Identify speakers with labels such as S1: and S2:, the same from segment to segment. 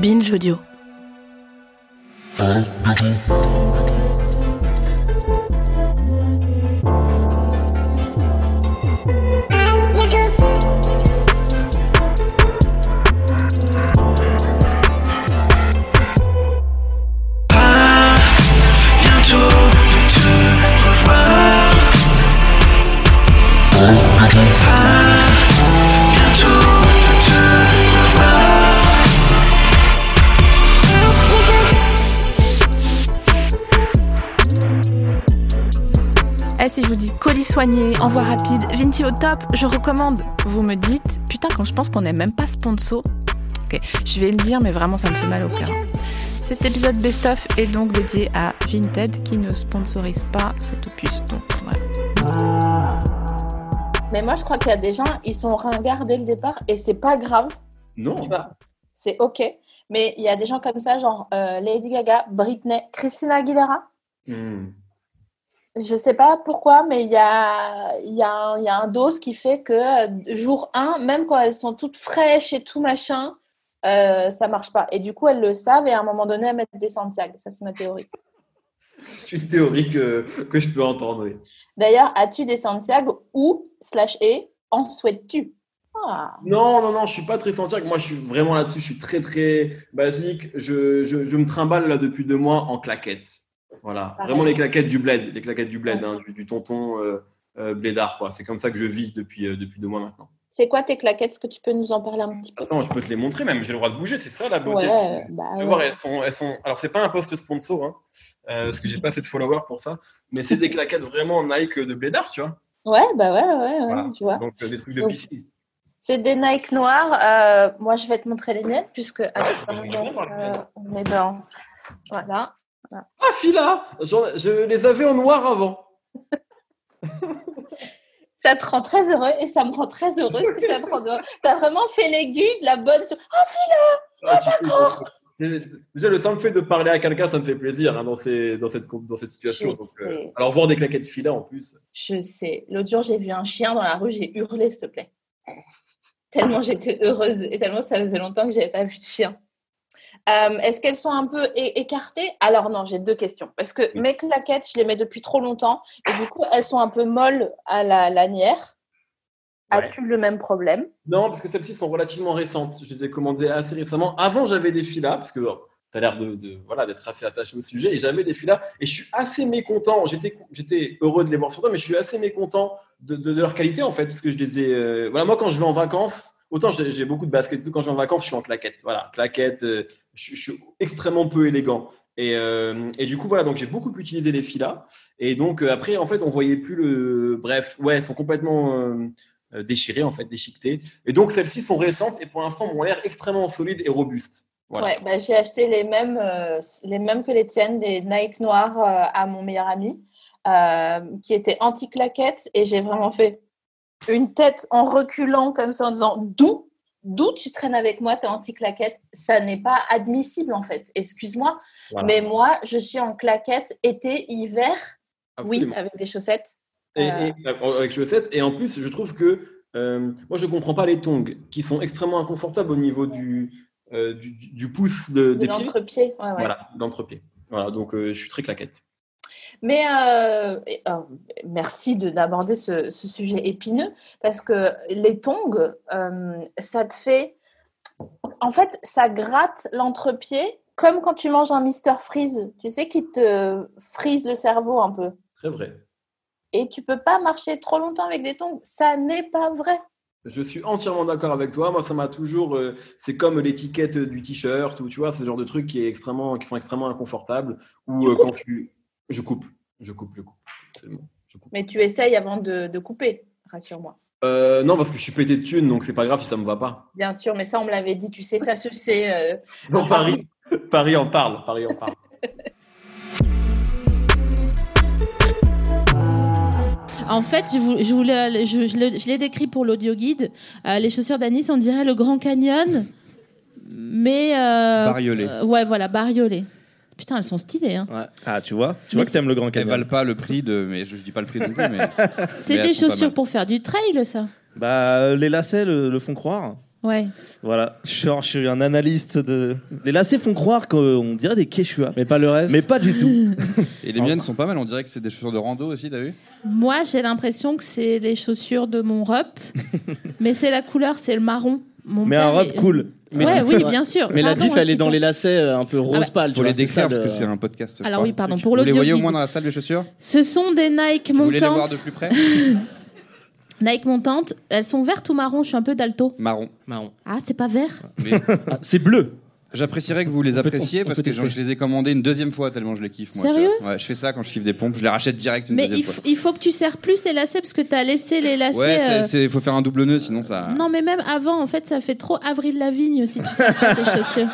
S1: Binge Audio. Eh, si je vous dis colis soigné, envoi rapide, Vinti au top, je recommande. Vous me dites, putain, quand je pense qu'on n'est même pas sponsor. Ok, je vais le dire, mais vraiment, ça me fait mal au cœur. Cet épisode best-of est donc dédié à Vinted qui ne sponsorise pas cet opus. Donc, voilà.
S2: Mais moi, je crois qu'il y a des gens, ils sont ringards dès le départ et c'est pas grave,
S3: Non.
S2: tu vois. C'est OK. Mais il y a des gens comme ça, genre euh, Lady Gaga, Britney, Christina Aguilera.
S3: Hmm.
S2: Je sais pas pourquoi, mais il y a, il y, a un- il y a un dos qui fait que euh, jour 1, même quand elles sont toutes fraîches et tout machin, euh, ça marche pas. Et du coup, elles le savent et à un moment donné, elles mettent des Santiago. Ça, c'est ma théorie.
S3: C'est une théorie que, que je peux entendre. oui.
S2: D'ailleurs, as-tu des Santiago ou, slash et, en souhaites-tu Ah.
S3: Non, non, non, je suis pas très Santiago. Moi, je suis vraiment là-dessus. Je suis très, très basique. Je, je- je me trimballe là depuis deux mois en claquettes. Voilà.
S2: Pareil.
S3: Vraiment les claquettes du bled, les claquettes du
S2: Ah.
S3: bled, hein, du, du tonton euh, euh, blédard. quoi. C'est comme ça que je vis depuis, euh, depuis deux mois maintenant.
S2: C'est quoi tes claquettes Est-ce que tu peux nous en parler un petit peu
S3: Attends, je peux te les montrer même. J'ai le droit de bouger. C'est ça la beauté.
S2: Ouais, bah
S3: Tu vas
S2: ouais.
S3: voir, elles sont, elles sont. Alors, c'est pas un poste sponsor, hein, euh, parce que j'ai pas assez de followers pour ça. Mais c'est des claquettes vraiment Nike de blédard, tu vois.
S2: Ouais, bah ouais, ouais, ouais,
S3: Voilà.
S2: tu vois.
S3: Donc, euh, des trucs de
S2: Donc,
S3: piscine.
S2: C'est des Nike noirs. euh, moi, je vais te montrer les miennes puisque attends,
S3: j'aimerais bien voir les
S2: euh,
S3: miennes.
S2: on est dans. Voilà.
S3: Ah, Fila J'en- Je les avais en noir avant.
S2: Ça te rend très heureux et ça me rend très heureuse que ça te rende heureux. T'as vraiment fait l'aiguille de la bonne. sur- Ah, fille,
S3: Ah, d'accord Déjà, le simple fait de parler à quelqu'un, ça me fait plaisir hein, dans, ces, dans, cette, dans cette situation.
S2: Je
S3: donc, euh,
S2: sais.
S3: alors, voir des claquettes Fila en plus.
S2: Je sais. L'autre jour, j'ai vu un chien dans la rue, j'ai hurlé, s'il te plaît. Tellement j'étais heureuse et tellement ça faisait longtemps que j'avais pas vu de chien. Euh, Est-ce qu'elles sont un peu é- écartées Alors non, j'ai deux questions. Parce que
S3: Oui.
S2: mes claquettes, je les mets depuis trop longtemps et du coup, elles sont un peu molles à la lanière.
S3: Ouais.
S2: As-tu le même problème
S3: Non, parce que celles-ci sont relativement récentes. Je les ai commandées assez récemment. Avant, j'avais des Fila, parce que tu as l'air de, de- voilà, d'être assez attaché au sujet. Et j'avais des Fila. Et je suis assez mécontent. J'étais, j'étais heureux de les voir sur toi, mais je suis assez mécontent de, de- de leur qualité, en fait. Parce que je les ai. euh, voilà, moi, quand je vais en vacances, autant j'ai, j'ai beaucoup de baskets, et tout. Quand je vais en vacances, je suis en claquette. Voilà, claquette. euh, je, je suis extrêmement peu élégant. Et, euh, et du coup, voilà, donc j'ai beaucoup utilisé les filas. Et donc, euh, après, en fait, on voyait plus le. Bref, ouais, elles sont complètement euh, euh, déchirées, en fait, déchiquetées. Et donc, celles-ci sont récentes et pour l'instant, ont l'air extrêmement solides et robustes. Voilà.
S2: Ouais, bah, j'ai acheté les mêmes, euh, les mêmes que les tiennes, des Nike noirs euh, à mon meilleur ami, euh, qui étaient anti-claquettes, et j'ai vraiment fait une tête en reculant comme ça en disant d'où d'où tu traînes avec moi, t'es anti-claquette, ça n'est pas admissible en fait. Excuse-moi,
S3: Voilà.
S2: mais moi je suis en claquette été, hiver,
S3: Absolument.
S2: oui, avec des chaussettes.
S3: Et,
S2: Euh.
S3: et- euh, avec chaussettes. Et en plus, je trouve que euh, moi, je comprends pas les tongs qui sont extrêmement inconfortables au niveau du, euh, du, du- du pouce de,
S2: De
S3: des pieds.
S2: l'entrepied, ouais, ouais.
S3: Euh, Voilà, d'entrepied. Voilà, donc euh, je suis très claquette.
S2: Mais euh, et, euh, merci de- d'aborder ce, ce sujet épineux parce que les tongs, euh, ça te fait. En fait, ça gratte l'entrepied comme quand tu manges un Mister Freeze, tu sais, qui te frise le cerveau un peu.
S3: Très vrai.
S2: Et tu peux pas marcher trop longtemps avec des tongs. Ça n'est pas vrai.
S3: Je suis entièrement d'accord avec toi. Moi, ça m'a toujours. euh, c'est comme l'étiquette du t-shirt ou tu vois, ce genre de trucs qui, est extrêmement, qui sont extrêmement inconfortables. Ou euh, quand tu. Je coupe. Je coupe, je coupe. Absolument. Je coupe.
S2: Mais tu essayes avant de, de couper.
S4: rassure-moi.
S3: Euh, non, parce que je suis pété de thunes, donc c'est pas grave si ça me va pas.
S4: Bien sûr, mais ça, on me l'avait dit, tu sais, ça se sait. euh,
S3: Non, Paris, Paris en parle. Paris en parle.
S2: En fait, je, vous- je, voulais- je, je le- je l'ai décrit pour l'audio guide. Euh, les chaussures d'Anis, on dirait le Grand Canyon, mais euh,
S5: Bariolé.
S2: euh, ouais, voilà, bariolé. Putain, elles sont stylées. hein.
S6: Ah, tu vois Tu
S2: Mais
S6: vois que t'aimes le Grand
S5: Elles
S6: Canyon.
S5: valent pas le prix de. Mais je, je dis pas le prix non plus, mais.
S2: C'est
S5: elles
S2: des
S5: sont pas
S2: chaussures
S5: mal.
S2: pour faire du trail, ça.
S6: Bah, euh, les lacets le, le font croire.
S2: Ouais.
S6: Voilà. Genre, je suis un analyste de. Les lacets font croire qu'on dirait des quechua.
S7: Mais pas le reste.
S6: Mais pas du tout.
S5: Et les miennes sont pas mal, on dirait que c'est des chaussures de rando aussi, t'as vu
S2: Moi, j'ai l'impression que c'est les chaussures de mon rep, mais c'est la couleur, c'est le marron. Mon
S6: Mais un
S2: père
S6: robe
S2: est-
S6: cool.
S7: Mais
S2: Ah, ouais,
S7: tu-
S2: oui, bien sûr.
S7: Mais la
S2: Pardon,
S7: diff,
S2: hein,
S7: elle
S2: je
S7: est dans
S2: t'ai
S7: les lacets euh, un peu
S2: Ah
S7: rose
S2: bah,
S7: pâle.
S5: Faut
S7: tu
S5: les
S7: vois, c'est ça,
S5: décrire parce
S7: le-
S5: que c'est un podcast. je
S2: Alors
S5: crois.
S2: oui, pardon, pour
S5: Vous les
S2: l'audio
S5: voyez au
S2: guide.
S5: moins dans la salle les chaussures
S2: Ce sont des Nike
S5: Vous voulez les voir
S2: montantes.
S5: de plus près
S2: Nike montantes. Elles sont vertes ou marron Je suis un peu d'alto.
S5: Marron.
S7: Marron.
S2: Ah, c'est pas vert
S5: Mais
S6: Ah, C'est bleu.
S5: j'apprécierais que vous les
S6: On peut-
S5: appréciez
S6: on peut
S5: parce que
S6: tester.
S5: genre, je les ai commandés une deuxième fois tellement je les kiffe. Moi, tu
S2: Sérieux
S5: vois. Ouais, je fais ça quand je kiffe des pompes, je les rachète direct une
S2: Mais
S5: deuxième
S2: il, f-
S5: fois.
S2: il faut que tu serres plus les lacets parce que t'as laissé les lacets.
S5: Ouais, c'est-
S2: euh,
S5: c'est- faut faire un double nœud sinon ça.
S2: Non, mais même avant, en fait, ça fait trop Avril Lavigne si tu serres pas tes chaussures.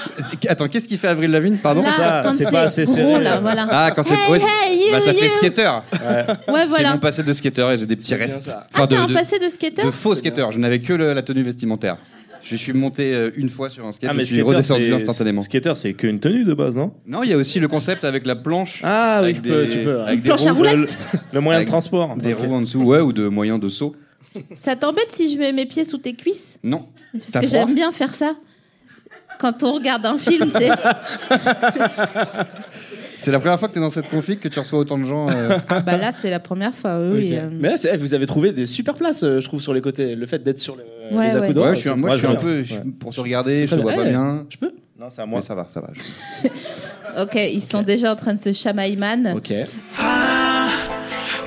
S5: Attends, qu'est-ce qui fait Avril Lavigne Pardon
S2: là,
S6: ça,
S2: quand
S6: c'est pas assez
S2: c'est gros,
S6: serré,
S2: là,
S6: là.
S2: voilà.
S5: Ah, quand c'est.
S2: Hey,
S5: ouais,
S2: hey, you,
S5: bah, ça fait
S2: you.
S5: skater
S2: Ouais,
S5: C'est
S2: voilà.
S5: mon passé de skater et j'ai des petits restes.
S2: Ah,
S5: Enfin, de,
S2: t'as un
S5: de-
S2: passé de skater
S5: de faux skater, je n'avais que le- la tenue vestimentaire. Je suis monté euh, une fois sur un skate, je suis
S6: Ah, skater,
S5: redescendu
S6: c'est-
S5: instantanément.
S6: Skater, c'est qu'une tenue de base, non
S5: Non, il y a aussi le concept avec la planche.
S6: Ah oui,
S5: avec
S6: tu
S5: des-
S6: peux. Tu peux
S5: avec des
S2: Planche à
S5: roues-
S2: roulettes.
S6: Le moyen
S5: Avec
S6: de transport.
S5: Des
S6: Ok.
S5: roues en dessous, ouais, ou de moyens de saut.
S2: Ça t'embête si je mets mes pieds sous tes cuisses
S5: Non.
S2: Parce
S5: T'as
S2: que
S5: froid
S2: j'aime bien faire ça. Quand on regarde un film, tu sais.
S5: C'est la première fois que t'es dans cette config que tu reçois autant de gens. euh,
S2: Ah bah là, c'est la première fois, oui, oui.
S7: Ok.
S2: euh.
S7: Mais là, c'est- eh, vous avez trouvé des super places, euh, je trouve, sur les côtés. Le fait d'être sur le-
S2: Ouais,
S7: les
S2: ouais.
S7: accoudants,
S5: Ouais, je suis un, moi, je
S6: moi,
S5: suis un
S6: j'aime
S5: peu.
S6: bien.
S5: je suis-
S6: Ouais.
S5: Pour te
S7: c'est
S5: regarder, je
S7: très
S5: te vois
S7: bien.
S5: pas
S7: Eh,
S5: bien.
S7: Je peux
S6: Non, c'est à
S5: Mais
S6: moi.
S5: ça va, ça va. je-
S2: euh. Ok, ils sont déjà en train de se chamailler, man.
S7: Ok.
S8: Ah,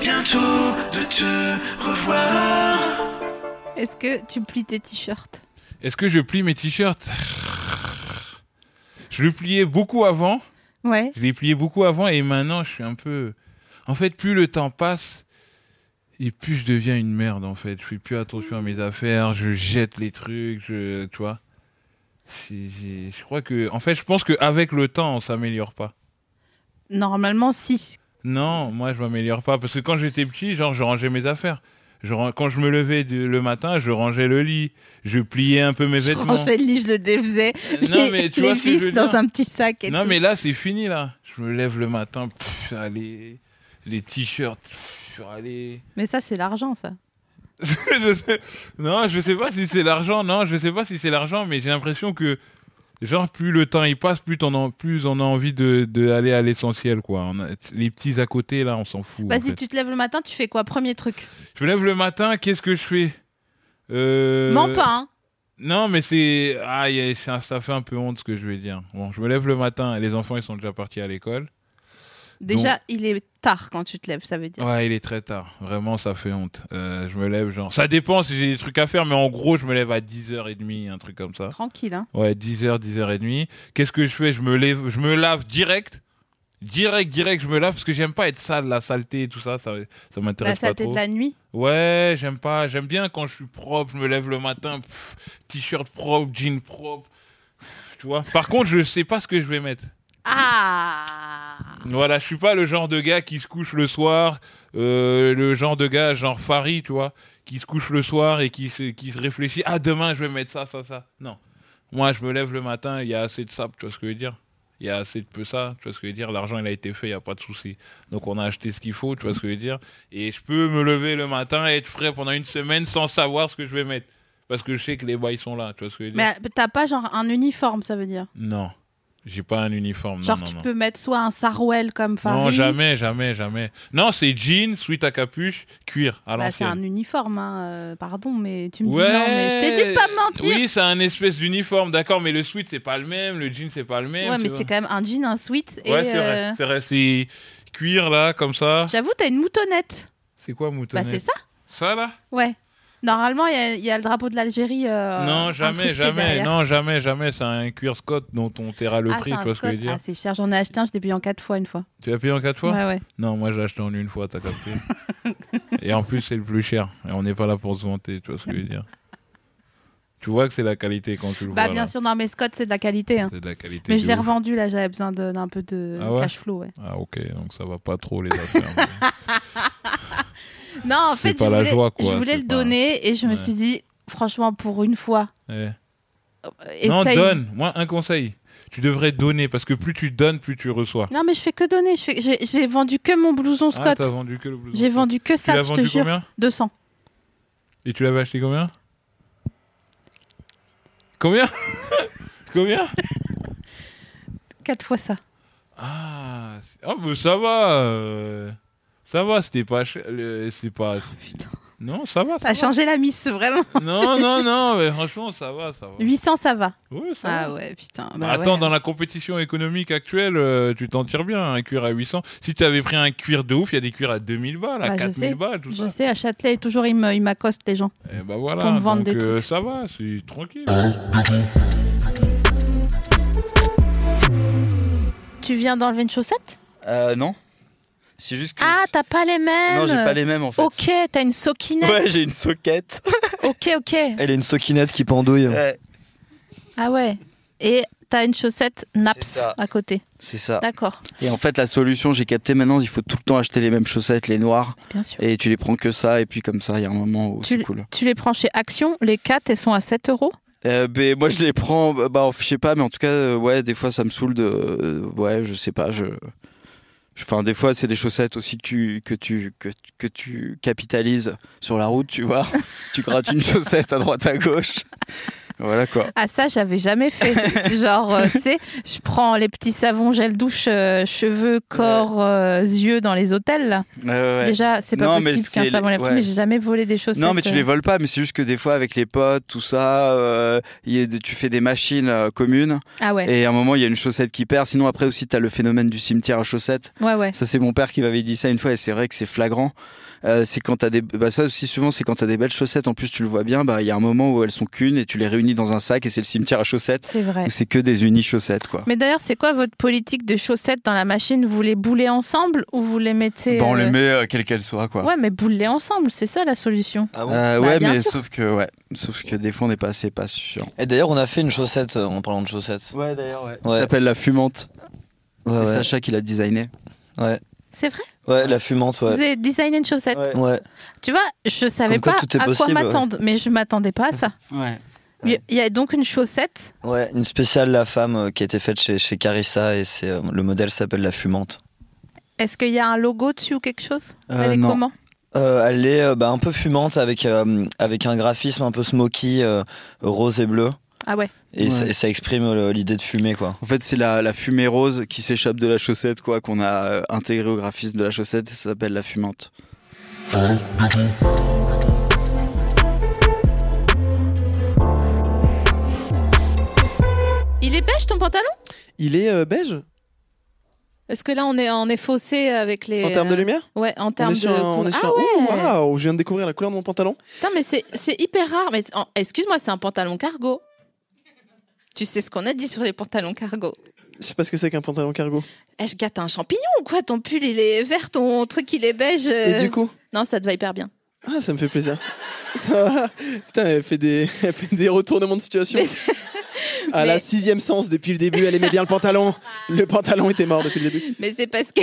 S8: bientôt de te revoir.
S1: Est-ce que tu plies tes t-shirts
S9: Est-ce que je plie mes t-shirts Je le pliais beaucoup avant.
S1: Ouais.
S9: Je l'ai plié beaucoup avant et maintenant je suis un peu. En fait, plus le temps passe et plus je deviens une merde en fait. Je fais plus attention à mes affaires, je jette les trucs, je, tu vois. C'est- c'est- Je crois que, en fait, je pense qu'avec le temps, on s'améliore pas.
S1: Normalement, si.
S9: Non, moi je m'améliore pas parce que quand j'étais petit, genre je rangeais mes affaires. Je, ran- quand je me levais du- le matin, je rangeais le lit, je pliais un peu mes
S1: Je
S9: vêtements.
S1: tranchais le lit, je le défaisais.
S9: Euh, non,
S1: les
S9: mais tu
S1: les
S9: vois ce que je
S1: vis
S9: veux
S1: dans
S9: dire.
S1: un petit sac et
S9: Non,
S1: tout.
S9: mais là, c'est fini, là. Je me lève le matin, pff, allez, les t-shirts, pff, allez.
S1: Mais ça, c'est l'argent, ça.
S9: Je sais- Non, je sais pas si c'est l'argent, non, je sais pas si c'est l'argent, mais j'ai l'impression que, genre, plus le temps il passe, plus, t'en en- plus on a envie de, de aller à l'essentiel, quoi. On a- les petits à côté, là, on s'en fout. en
S1: Vas-y,
S9: fait.
S1: tu te lèves le matin, tu fais quoi Premier truc.
S9: Je me lève le matin, qu'est-ce que je fais euh...
S1: Mens pas, hein.
S9: Non, mais c'est. Ah, y a- ça, ça fait un peu honte ce que je vais dire. Bon, je me lève le matin, les enfants, ils sont déjà partis à l'école.
S1: Déjà, il est tard quand tu te lèves, ça veut dire.
S9: Ouais, il est très tard. Vraiment, ça fait honte. Euh, je me lève, genre. Ça dépend si j'ai des trucs à faire, mais en gros, je me lève à 10h30, un truc comme ça.
S1: Tranquille, hein.
S9: Ouais, 10h, 10h30. Qu'est-ce que je fais Je me lève, je me lave direct. Direct, direct, je me lave parce que j'aime pas être sale, la saleté et tout ça, ça, ça
S1: La
S9: m'intéresse pas
S1: saleté
S9: trop.
S1: de la nuit.
S9: Ouais, j'aime pas, j'aime bien quand je suis propre, je me lève le matin, pff, t-shirt propre, jean propre. Tu vois. Par contre, je sais pas ce que je vais mettre.
S1: Ah
S9: Voilà, je suis pas le genre de gars qui se couche le soir, euh, le genre de gars genre Farid, tu vois, qui se couche le soir et qui se, qui se réfléchit ah demain je vais mettre ça ça ça. Non. Moi, je me lève le matin, il y a assez de ça, tu vois ce que je veux dire Il y a assez de peu ça, tu vois ce que je veux dire L'argent, il a été fait, il y a pas de souci. Donc on a acheté ce qu'il faut, tu vois ce que je veux dire Et je peux me lever le matin et être frais pendant une semaine sans savoir ce que je vais mettre parce que je sais que les bails sont là, tu vois ce que je veux dire
S1: Mais euh, t'as pas genre un uniforme, ça veut dire.
S9: Non. J'ai pas un uniforme, non,
S1: Genre,
S9: non,
S1: tu
S9: non.
S1: peux mettre soit un sarouel comme Farid.
S9: Non, jamais, jamais, jamais. Non, c'est jean, sweat à capuche, cuir à
S1: Bah, c'est un
S9: l'ancienne.
S1: uniforme, hein, euh, pardon, mais tu me
S9: Ouais.
S1: dis non, mais je t'ai dit de pas me mentir.
S9: oui, c'est un espèce d'uniforme, d'accord, mais le sweat c'est pas le même, le jean c'est pas le même.
S1: ouais,
S9: tu
S1: mais
S9: vois.
S1: c'est quand même un jean, un sweat. et
S9: Ouais, c'est
S1: euh,
S9: vrai, c'est vrai, c'est cuir là, comme ça.
S1: j'avoue, t'as une moutonnette.
S9: C'est quoi mouton
S1: Bah, c'est ça,
S9: Ça là
S1: ouais. Normalement, il y a- il y, a le drapeau de l'Algérie. euh,
S9: Non, jamais,
S1: incrusté
S9: jamais,
S1: derrière.
S9: non, jamais, jamais. C'est un cuir Scott dont on taira le
S1: ah,
S9: prix,
S1: c'est
S9: tu
S1: un
S9: vois ce que je veux
S1: Scott. Ah,
S9: dire.
S1: c'est cher, j'en ai acheté un, je l'ai payé en quatre fois une fois.
S2: Bah
S9: Tu l'as payé en quatre fois
S1: ouais, ouais.
S9: Non, moi j'ai acheté en une fois, t'as capté. Et en plus, c'est le plus cher. Et on n'est pas là pour se vanter, tu vois ce que je veux dire. Tu vois que c'est la qualité quand tu le
S2: Bah,
S9: vois.
S2: bien
S9: là.
S2: sûr, non, mais Scott, c'est de la qualité. hein.
S9: C'est de la qualité.
S2: Mais
S9: de
S2: je l'ai
S9: ouf.
S2: revendu, là, j'avais besoin de- d'un peu de
S9: Ah ouais
S2: cash flow. ouais.
S9: Ah, ok, donc ça va pas trop les affaires.
S2: Non, en
S9: C'est
S2: fait,
S9: pas
S2: je
S9: la
S2: voulais,
S9: joie, quoi,
S2: je voulais
S9: c'est
S2: le
S9: pas-
S2: donner et je me
S9: Ouais.
S2: suis dit, franchement, pour une fois,
S9: Ouais.
S2: euh,
S9: Eh. Non,
S2: essaye.
S9: donne. Moi, un conseil. Tu devrais donner parce que plus tu donnes, plus tu reçois.
S2: Non, mais je fais que donner. je fais- J'ai j'ai vendu que mon blouson
S9: Ah,
S2: Scott.
S9: t'as vendu que le blouson.
S2: J'ai vendu que ça,
S9: l'as
S2: je te
S9: vendu
S2: jure.
S9: combien
S2: 200.
S9: Et tu l'avais acheté combien Combien Combien
S2: 4 fois ça.
S9: Ah, c'est- ah, mais ça va. euh, Ça va, c'était pas. ch- le- C'est pas.
S2: Oh,
S9: Non, ça va. Oh, ça
S2: T'as
S9: va.
S2: changé la mise, vraiment.
S9: Non, non, non, mais franchement, ça va, ça va.
S2: 800, ça va.
S9: Ouais, ça
S2: Ah
S9: va.
S2: ouais, putain.
S9: Bah
S2: bah
S9: attends,
S2: ouais.
S9: dans la compétition économique actuelle, euh, tu t'en tires bien, un cuir à 800. Si tu avais pris un cuir de ouf, il y a des cuirs à 2000 balles, à
S2: Bah, je
S9: 4000
S2: sais.
S9: balles, tout
S2: Je
S9: ça.
S2: sais, à Châtelet, toujours, ils me- ils m'accostent les gens.
S9: Et bah voilà,
S2: Pour me vendre
S9: donc,
S2: des
S9: euh,
S2: trucs.
S9: ça va, c'est tranquille.
S2: Tu viens d'enlever une chaussette
S10: Euh, non. C'est juste que.
S2: Ah, t'as pas les mêmes
S10: non, j'ai pas les mêmes en fait.
S2: Ok, t'as une soquinette.
S10: Ouais, j'ai une soquette.
S2: Ok, ok.
S3: Elle est une soquinette qui pendouille.
S10: Ouais,
S2: Ah ouais. Et t'as une chaussette Naps
S10: ça.
S2: à côté.
S10: c'est ça.
S2: D'accord.
S10: Et en fait, la solution, j'ai capté maintenant, il faut tout le temps acheter les mêmes chaussettes, les noires.
S2: Bien sûr.
S10: Et tu les prends que ça, et puis comme ça, il y a un moment où c'est
S2: Tu,
S10: cool.
S2: tu les prends chez Action, les 4, elles sont à 7 euros.
S10: Euh, ben, moi, je les prends, bah, bah, je sais pas, mais en tout cas, euh, ouais, des fois, ça me saoule de. euh, ouais, je sais pas, je. je- Enfin, des fois, c'est des chaussettes aussi que tu, que, tu, que, tu- que tu capitalises sur la route, tu vois. tu grattes une chaussette à droite, à gauche. voilà quoi.
S2: Ah ça, j'avais jamais fait. Genre, euh, tu sais, je prends les petits savons gel douche, euh, cheveux, corps, euh, yeux dans les hôtels. là.
S10: Ouais, ouais, ouais.
S2: Déjà, c'est
S10: Non,
S2: pas
S10: mais
S2: possible qu'un
S10: c'est-
S2: savon lève
S10: ouais.
S2: mais j'ai jamais volé des chaussettes. euh.
S10: Non, mais tu les voles pas, mais c'est juste que des fois, avec les potes, tout ça, euh, il y a des- tu fais des machines euh, communes.
S2: Ah ouais.
S10: Et à un moment, il y a une chaussette qui perd. Sinon, après aussi, tu as le phénomène du cimetière à chaussettes.
S2: Ouais, ouais.
S10: Ça, c'est mon père qui m'avait dit ça une fois, et c'est vrai que c'est flagrant. Euh, c'est quand t'as des. Bah, ça aussi, souvent, c'est quand t'as des belles chaussettes, en plus, tu le vois bien, bah, il y a un moment où elles sont qu'une, et tu les réunis dans un sac, et c'est le cimetière à chaussettes.
S2: C'est vrai.
S10: Où c'est que des unis chaussettes, quoi.
S2: Mais d'ailleurs, c'est quoi votre politique de chaussettes dans la machine Vous les boulez ensemble ou vous les mettez
S10: Bah, on les
S2: euh,
S10: met euh, quelles qu'elles soient, quoi.
S2: Ouais, mais boulez ensemble, c'est ça la solution.
S11: Ah
S10: Euh,
S2: Bah,
S10: ouais,
S2: bien
S10: mais
S2: sûr.
S10: sauf que, ouais. Sauf que des fois, on n'est pas assez patient.
S3: Et d'ailleurs, on a fait une chaussette euh, en parlant de chaussettes.
S10: Ouais, d'ailleurs, ouais.
S3: Ouais.
S10: Ça s'appelle la fumante. c'est
S3: ouais.
S10: Sacha qui l'a designé.
S3: Ouais.
S2: C'est vrai
S3: Ouais, la fumante,
S2: Vous
S3: ouais.
S2: avez designé une chaussette
S3: Ouais.
S2: Tu vois, je savais
S3: Comme quoi,
S2: pas
S3: tout est
S2: à
S3: possible,
S2: quoi
S3: ouais.
S2: m'attendre, mais je m'attendais pas à ça.
S10: Ouais.
S2: Il y- il y a donc une chaussette.
S3: Ouais, une spéciale La Femme euh, qui a été faite chez, chez Carissa et c'est euh, le modèle s'appelle La Fumante.
S2: Est-ce qu'il y a un logo dessus ou quelque chose
S3: Euh,
S2: Elle est
S3: non.
S2: comment
S3: Euh, elle est euh, bah, un peu fumante avec, euh, avec un graphisme un peu smoky, euh, rose et bleu.
S2: Ah ouais.
S3: Et,
S10: Ouais.
S3: ça, et ça exprime euh, l'idée de fumer, quoi.
S10: En fait, c'est la, la fumée rose qui s'échappe de la chaussette, quoi, qu'on a euh, intégré au graphisme de la chaussette, et ça s'appelle la fumante.
S12: Il est beige ton pantalon
S11: Il est euh, beige
S12: Parce que là, on est, on est faussé avec les.
S11: En termes de lumière
S12: euh, Ouais, en
S11: on
S12: termes
S11: est
S12: de.
S11: sur un, on
S12: cou-
S11: est sur
S12: Ah
S11: un- Ouh,
S12: ouais.
S11: waouh, je viens de découvrir la couleur de mon pantalon.
S12: Putain, mais c'est- c'est hyper rare. Mais en- excuse-moi, c'est un pantalon cargo. Tu sais ce qu'on a dit sur les pantalons cargo.
S11: Je sais pas ce que c'est qu'un pantalon cargo.
S12: Eh, je gâte un champignon ou quoi Ton pull, il est vert, ton truc, il est beige. euh.
S11: Et du coup
S12: Non, ça te va hyper bien.
S11: Ah, ça me fait plaisir. Ça va. Putain, elle fait des, elle fait des retournements de situation. À la
S12: mais-
S11: sixième sens depuis le début, elle aimait bien le pantalon. Le pantalon était mort depuis le début.
S12: Mais c'est parce que.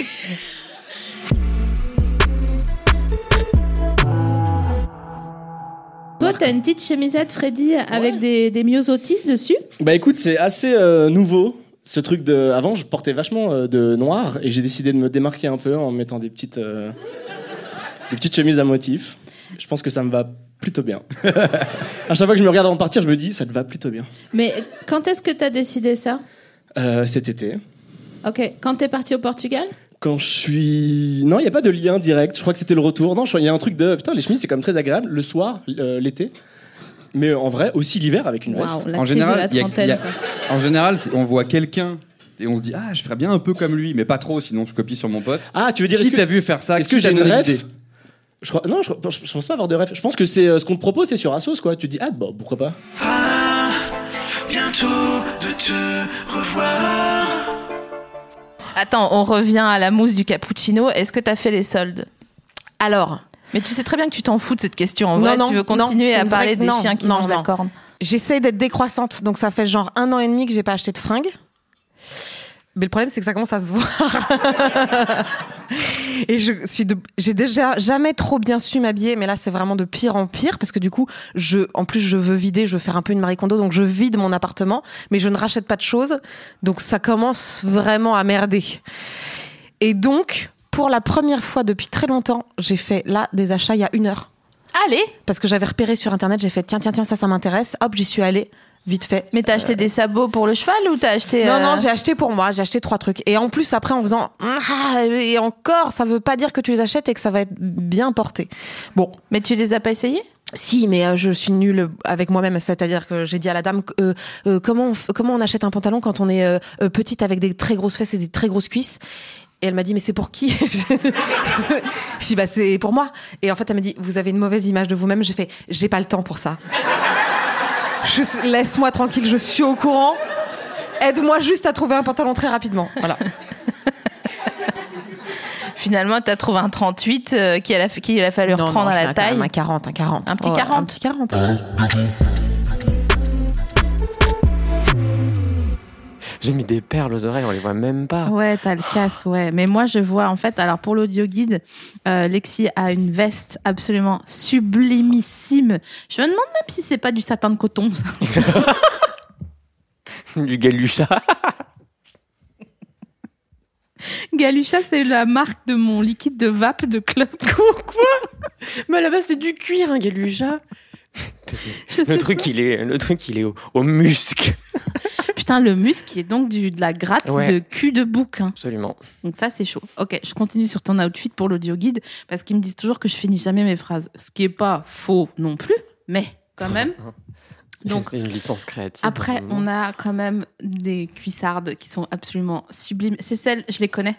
S12: Toi, t'as une petite chemisette, Freddy, avec des, des myosotis dessus.
S7: Bah écoute, c'est assez euh, nouveau. Ce truc de. Avant, je portais vachement euh, de noir et j'ai décidé de me démarquer un peu en mettant des petites, euh, des petites chemises à motifs. Je pense que ça me va plutôt bien. à chaque fois que je me regarde avant de partir, je me dis, ça te va plutôt bien.
S12: Mais quand est-ce que t'as décidé ça
S7: Euh, cet été,
S12: Ok, quand t'es parti au Portugal
S7: quand je suis. Non, il n'y a pas de lien direct. Je crois que c'était le retour. Non, je crois- il y a un truc de. Putain, les chemises, c'est quand même très agréable le soir, l- euh, l'été. Mais en vrai, aussi l'hiver avec une
S12: Waouh,
S7: veste.
S12: la
S5: en général,
S12: crise de la
S5: il y a- il y a-
S12: trentaine. quoi.
S5: en général, c'est- on voit quelqu'un et on se dit ah je ferais bien un peu comme lui, mais pas trop, sinon je copie sur mon pote.
S7: Ah, tu veux dire
S5: qui
S7: est-ce que-
S5: t'a vu faire ça
S7: Est-ce que
S5: Qui
S7: j'ai
S5: t'a
S7: une
S5: donné
S7: rêve
S5: l'idée
S7: je crois, non, je, je- je pense pas avoir de rêve. Je pense que c'est euh, ce qu'on te propose, c'est sur Asos, quoi. Tu te dis, ah, bah, pourquoi pas
S1: Bientôt de te revoir.
S2: Attends, on revient à la mousse du cappuccino. Est-ce que t'as fait les soldes Alors, Mais tu sais très bien que tu t'en fous de cette question. En vrai, tu veux continuer
S13: c'est
S2: à
S13: une
S2: parler
S13: vraie-
S2: des
S13: non,
S2: chiens qui
S13: non,
S2: mangent la
S13: non.
S2: corne.
S13: J'essaie d'être décroissante, donc ça fait genre un an et demi que j'ai pas acheté de fringues. Mais le problème, c'est que ça commence à se voir. et je suis, de- j'ai déjà jamais trop bien su m'habiller, mais là, c'est vraiment de pire en pire parce que du coup, je, en plus, je veux vider, je veux faire un peu une Marie Kondo, donc je vide mon appartement, mais je ne rachète pas de choses, donc ça commence vraiment à merder. Et donc, pour la première fois depuis très longtemps, j'ai fait là des achats il y a une heure.
S2: Allez
S13: Parce que j'avais repéré sur internet, j'ai fait tiens, tiens, tiens, ça, ça m'intéresse. Hop, j'y suis allée, vite fait. Euh,
S2: Mais t'as acheté des sabots pour le cheval ou t'as acheté.
S13: Non,
S2: euh,
S13: non, j'ai acheté pour moi, j'ai acheté trois trucs. Et en plus, après, en faisant ah, et encore, ça veut pas dire que tu les achètes et que ça va être bien porté. Bon.
S2: Mais tu les as pas essayés
S13: si, mais euh, je suis nulle avec moi-même. C'est-à-dire que j'ai dit à la dame euh, euh, comment on, f- comment on achète un pantalon quand on est euh, euh, petite avec des très grosses fesses et des très grosses cuisses. Et elle m'a dit mais c'est pour qui Je dis bah c'est pour moi. Et en fait elle m'a dit vous avez une mauvaise image de vous-même. J'ai fait j'ai pas le temps pour ça. Je- Laisse-moi tranquille, je suis au courant. Aide-moi juste à trouver un pantalon très rapidement. Voilà.
S2: Finalement, t'as trouvé un 38 euh, qu'il a, qu'il a fallu reprendre
S13: non,
S2: à
S13: je
S2: la
S13: mets quand
S2: taille.
S13: même un 40, un 40.
S2: Un petit
S13: Ouais,
S2: 40.
S13: un petit 40.
S7: J'ai mis des perles aux oreilles, on les voit même pas.
S1: Ouais, t'as le casque, ouais. Mais moi, je vois, en fait, alors pour l'audio guide, euh, Lexi a une veste absolument sublimissime. Je me demande même si c'est pas du satin de coton, ça.
S7: du galucha.
S1: Galucha, c'est la marque de mon liquide de vape de club. Quoi
S7: Mais là-bas, c'est du cuir, hein, un galucha. le, truc, il est, le truc, il est au, au musc.
S1: Putain, le muscle qui est donc du, de la gratte
S7: Ouais.
S1: de cul de bouc. hein.
S7: Absolument.
S1: Donc ça, c'est chaud. Ok, je continue sur ton outfit pour l'audio guide parce qu'ils me disent toujours que je finis jamais mes phrases. Ce qui est pas faux non plus, mais quand même. Donc,
S7: C'est une licence créative. Mmh.
S1: Après, on a quand même des cuissardes qui sont absolument sublimes. C'est celles, je les connais.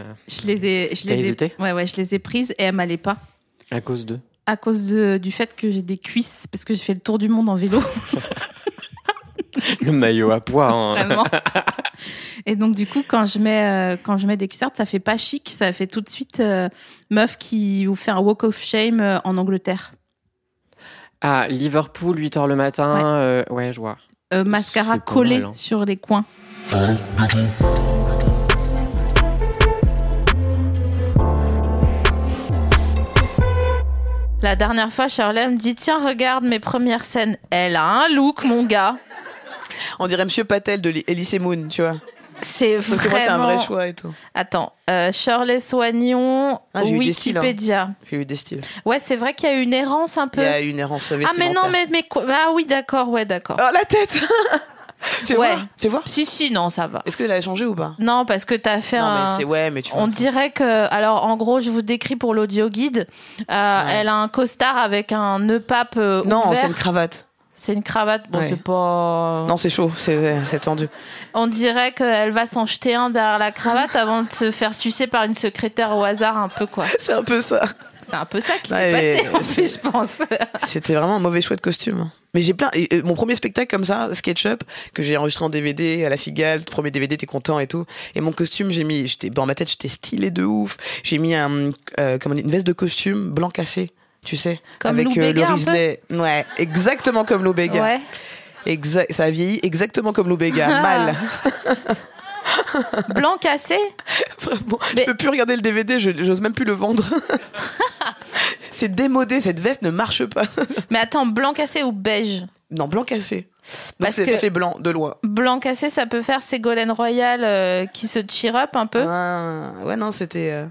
S7: Euh,
S1: Je les ai, je
S7: T'as
S1: les ai-
S7: hésité
S1: ouais, ouais, je les ai prises et elles m'allaient pas
S7: À cause de.
S1: à cause de- du fait que j'ai des cuisses parce que j'ai fait le tour du monde en vélo.
S7: Le maillot à poids. hein.
S1: Vraiment. Et donc du coup, quand je mets euh, quand je mets des cuissardes, ça fait pas chic, ça fait tout de suite euh, meuf qui vous fait un walk of shame euh, en Angleterre.
S7: Ah, Liverpool, 8h le matin. euh, Ouais, je vois.
S1: Euh, mascara
S7: C'est pas
S1: collé
S7: mal, hein.
S1: sur les coins.
S2: La dernière fois, Charlotte me dit Tiens, regarde mes premières scènes. Elle a un look, mon gars.
S14: On dirait Monsieur Patel de Elise Moon, tu vois.
S2: C'est
S14: Sauf que moi, c'est un vrai
S2: Euh, vraiment-
S14: choix et tout.
S2: Attends, euh, Shirley Soignon,
S14: Ah, j'ai eu des styles, hein.
S2: Wikipédia.
S14: J'ai eu des styles.
S2: Ouais, c'est vrai qu'il y a eu une errance un peu.
S14: Il y a une errance
S2: Ah, mais
S14: vestimentaire.
S2: non, mais. mais quoi- Ah oui, d'accord, ouais, d'accord.
S14: Oh, la tête Fais
S2: Ouais.
S14: voir. Fais voir.
S2: Si, si, non, ça va.
S14: Est-ce qu'elle a changé ou pas
S2: Non, parce que t'as fait
S14: Non, mais
S2: un.
S14: c'est- ouais, mais tu vois.
S2: On dirait que. Alors, en gros, je vous décris pour l'audio guide. Euh, Elle a un costard avec un nœud pape. euh,
S14: Non,
S2: ouvert.
S14: c'est une cravate.
S2: C'est une cravate. Bon,
S14: Ouais.
S2: c'est pas.
S14: Non, c'est chaud, c'est c'est tendu.
S2: On dirait qu'elle va s'en jeter un derrière la cravate avant de se faire sucer par une secrétaire au hasard, un peu quoi.
S14: C'est un peu ça.
S2: C'est un peu ça qui
S14: Ouais,
S2: s'est passé, en
S14: c'est-
S2: plus, je pense.
S14: C'était vraiment un mauvais choix de costume. Mais j'ai plein. et, euh, mon premier spectacle comme ça, SketchUp, que j'ai enregistré en DVD à la Cigale, le premier DVD, t'es content et tout. Et mon costume, j'ai mis. J'étais dans ma tête, j'étais stylé de ouf. J'ai mis un, euh, comment on dit, une veste de costume blanc cassé, tu sais,
S2: Comme Lou
S14: avec euh, le
S2: Béga, un peu
S14: Risley. Ouais, exactement comme Lou Béga.
S2: Ouais.
S14: Exact. Ça a vieilli exactement comme Lou Béga,
S2: Ah.
S14: mal.
S2: Blanc cassé
S14: Vraiment, je peux plus regarder le DVD, je j'ose même plus le vendre. C'est démodé, cette veste ne marche pas.
S2: Mais attends, blanc cassé ou beige
S14: Non, blanc cassé. Donc
S2: Parce
S14: c'est
S2: que-
S14: ça fait blanc, de loi.
S2: Blanc cassé, ça peut faire Ségolène Royal euh, qui se cheer up un peu.
S14: Ah, ouais, non, c'était. euh,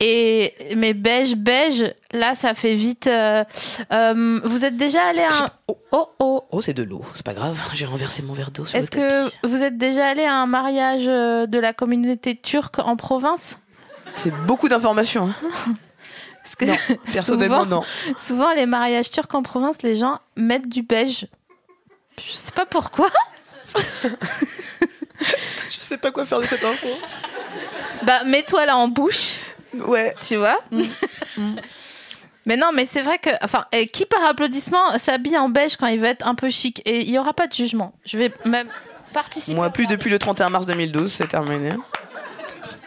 S2: Et mais beige, beige, là ça fait vite. euh, euh, vous êtes déjà allé à un. Oh oh.
S14: Oh, c'est de l'eau, c'est pas grave, j'ai renversé mon verre d'eau sur le
S2: Est-ce que vous êtes déjà allé à un mariage euh, de la communauté turque en province
S14: tapis. C'est beaucoup d'informations. hein.
S2: Parce que
S14: Non, personnellement,
S2: souvent,
S14: non.
S2: Souvent, les mariages turcs en province, les gens mettent du beige. Je sais pas pourquoi.
S14: Je sais pas quoi faire de cette info.
S2: Bah, mets-toi là en bouche.
S14: Ouais. Mm.
S2: Tu vois Mm. Mais non, mais c'est vrai que. Enfin, et qui par applaudissement s'habille en beige quand il veut être un peu chic Et il y aura pas de jugement. Je vais même participer.
S14: Moi, plus depuis le 31 mars 2012, c'est terminé.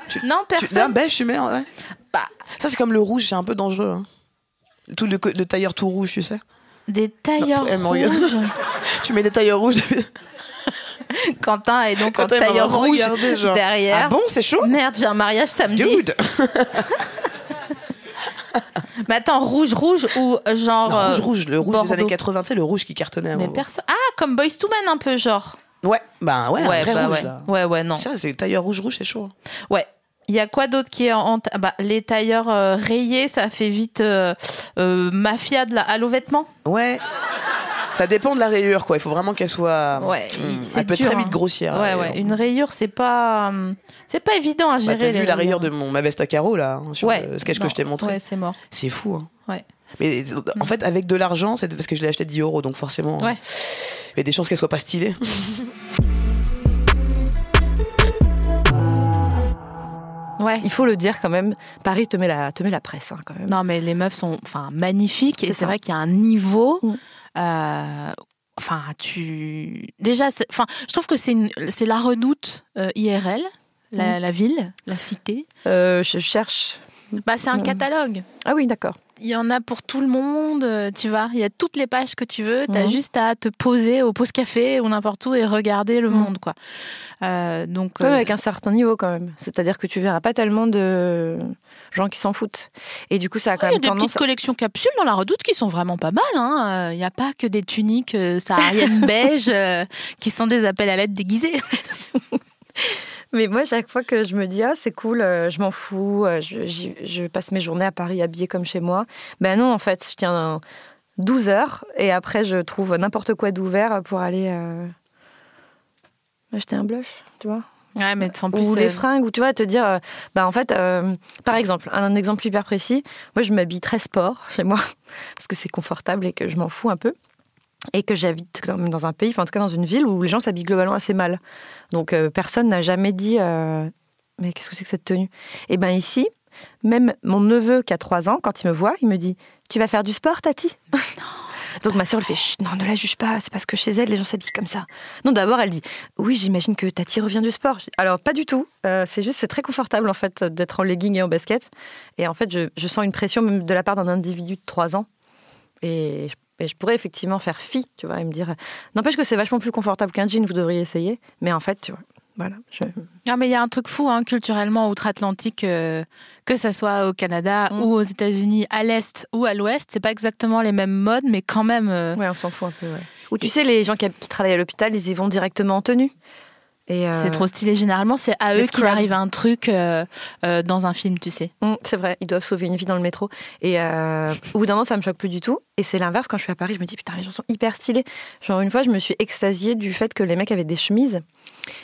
S14: Tu-
S2: Non,
S14: Tu, ben,
S2: personne. Bah.
S14: un beige, tu mets, ouais. Ça, c'est comme le rouge, c'est un peu dangereux. hein. Tout le, co- le tailleur tout rouge, tu sais.
S2: Des tailleurs
S14: Elle me regarde.
S2: rouges.
S14: tu mets des tailleurs rouges.
S2: Quentin est donc en
S14: Quentin m'a
S2: tailleur
S14: vraiment
S2: rouge
S14: regardé, genre,
S2: derrière.
S14: Ah bon, c'est chaud
S2: Merde, j'ai un mariage samedi. Mais attends, rouge, rouge ou euh, genre.
S14: Non, rouge,
S2: euh,
S14: rouge, le rouge
S2: Bordeaux.
S14: des années 80, tu sais, le rouge qui cartonnait.
S2: Mais perso- Ah, comme Boys to Men un peu, genre.
S14: Ouais, bah ouais, un vrai
S2: bah
S14: rouge,
S2: ouais.
S14: là.
S2: ouais, ouais, non.
S14: Ça, c'est tailleur rouge, rouge, c'est chaud. hein.
S2: Ouais. Il y a quoi d'autre qui est en. ta- Bah, les tailleurs euh, rayés, ça fait vite euh, euh, mafia de la halo vêtements.
S14: Ouais. Ça dépend de la rayure, quoi. Il faut vraiment qu'elle soit.
S2: Ouais,
S14: Hmm,
S2: c'est
S14: elle peut être
S2: dur,
S14: très
S2: hein.
S14: vite grossière.
S2: Ouais,
S14: la
S2: ouais.
S14: rayure.
S2: Une rayure, c'est pas. euh, C'est pas évident à
S14: Bah,
S2: gérer.
S14: t'as
S2: les
S14: vu la rayure
S2: rayures.
S14: de mon, ma veste à carreaux, là, hein, sur
S2: Ouais.
S14: le sketch
S2: Non.
S14: que je t'ai montré.
S2: Ouais, c'est mort. Mm.
S14: C'est fou, hein.
S2: Ouais.
S14: Mais euh, en fait, avec de l'argent, c'est parce que je l'ai acheté 10 euros, donc forcément,
S2: Ouais.
S14: il y a des chances qu'elle soit pas stylée.
S2: Ouais.
S15: Il faut le dire quand même, Paris te met la, te met la presse hein, quand même.
S2: Non, mais les meufs sont enfin, magnifiques et
S15: C'est
S2: c'est
S15: ça. Mm.
S2: vrai qu'il y a un niveau. euh, Enfin, tu. Déjà, c'est- enfin, je trouve que c'est une- c'est la redoute euh, IRL, la,
S15: Mm.
S2: la ville, la cité.
S15: Euh, je cherche.
S2: Bah, c'est un
S15: Mm.
S2: catalogue.
S15: Ah oui, d'accord.
S2: Il y en a pour tout le monde, euh, tu vois. Il y a toutes les pages que tu veux. Tu as
S15: Mhm.
S2: juste à te poser au pause café ou n'importe où et regarder le monde, quoi. Euh, donc,
S15: Comme
S2: euh,
S15: Mm. avec un certain niveau quand même. C'est-à-dire que tu verras pas tellement de gens qui s'en foutent. Et du coup, ça a quand
S2: Il y a
S15: même
S2: des
S15: tendance.
S2: petites collections capsules dans la redoute qui sont vraiment pas mal. hein. Euh, Il n'y a pas que des tuniques euh, sahariennes beige euh, qui sont des appels à l'aide déguisés.
S15: Mais moi, chaque fois que je me dis ah c'est cool, euh, je m'en fous, euh, je, j'y- je passe mes journées à Paris habillée comme chez moi. Ben non, en fait, je tiens un 12 heures et après je trouve n'importe quoi d'ouvert pour aller euh, acheter un blush, tu vois.
S2: Ouais, mais en
S15: ou
S2: plus,
S15: les
S2: euh,
S15: fringues, ou tu vois, te dire, euh, bah en fait, euh, par exemple, un, un exemple hyper précis, moi je m'habille très sport chez moi, parce que c'est confortable et que je m'en fous un peu, et que j'habite quand même dans un pays, enfin en tout cas dans une ville où les gens s'habillent globalement assez mal. Donc euh, personne n'a jamais dit, euh, mais qu'est-ce que c'est que cette tenue Et ben ici, même mon neveu qui a 3 ans, quand il me voit, il me dit, tu vas faire du sport, Tati donc ma sœur, elle fait Chut, non, ne la juge pas, c'est parce que chez elle, les gens s'habillent comme ça. Non, d'abord, elle dit oui, j'imagine que Tati revient du sport. Je dis, Alors, pas du tout. Euh, c'est juste, c'est très confortable en fait d'être en legging et en basket. Et en fait, je, je sens une pression même de la part d'un individu de 3 ans. Et je, et je pourrais effectivement faire fi, tu vois, et me dire n'empêche que c'est vachement plus confortable qu'un jean, vous devriez essayer. Mais en fait, tu vois, voilà. je-
S2: Ah, mais il y a un truc fou, hein, culturellement outre-Atlantique, euh, que ça soit au Canada ou aux États-Unis, à l'Est ou à l'Ouest, c'est pas exactement les mêmes modes, mais quand même. euh,
S15: Ouais, on s'en fout un peu, Ou tu sais, les gens qui, qui travaillent à l'hôpital, ils y vont directement en tenue. Et,
S2: C'est
S15: euh,
S2: trop stylé. Généralement, c'est à
S15: Les
S2: eux qu'il
S15: scrubs.
S2: arrive un truc euh, euh, dans un film, tu sais.
S15: Mm, c'est vrai, ils doivent sauver une vie dans le métro. Et euh, au bout d'un moment, ça me choque plus du tout. Et c'est l'inverse, quand je suis à Paris, je me dis, putain, les gens sont hyper stylés. Genre, une fois, je me suis extasiée du fait que les mecs avaient des chemises.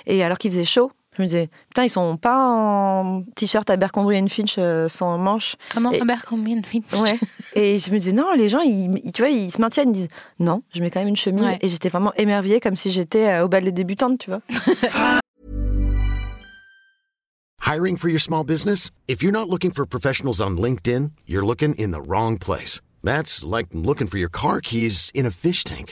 S15: Et alors qu'il faisait chaud, je me disais, putain, ils sont pas en t-shirt Abercrombie Finch euh, sans manches.
S2: Comment
S15: Et-
S2: Abercrombie Finch
S15: Ouais. Et je me disais, non, les gens, ils, ils- tu vois, ils se maintiennent, ils disent, non, je mets quand même une chemise.
S2: Ouais.
S15: Et j'étais vraiment émerveillée, comme si j'étais euh, au bal des débutantes, tu vois.
S16: Hiring for your small business? If you're not looking for professionals on LinkedIn, you're looking in the wrong place. That's like looking for your car keys in a fish tank.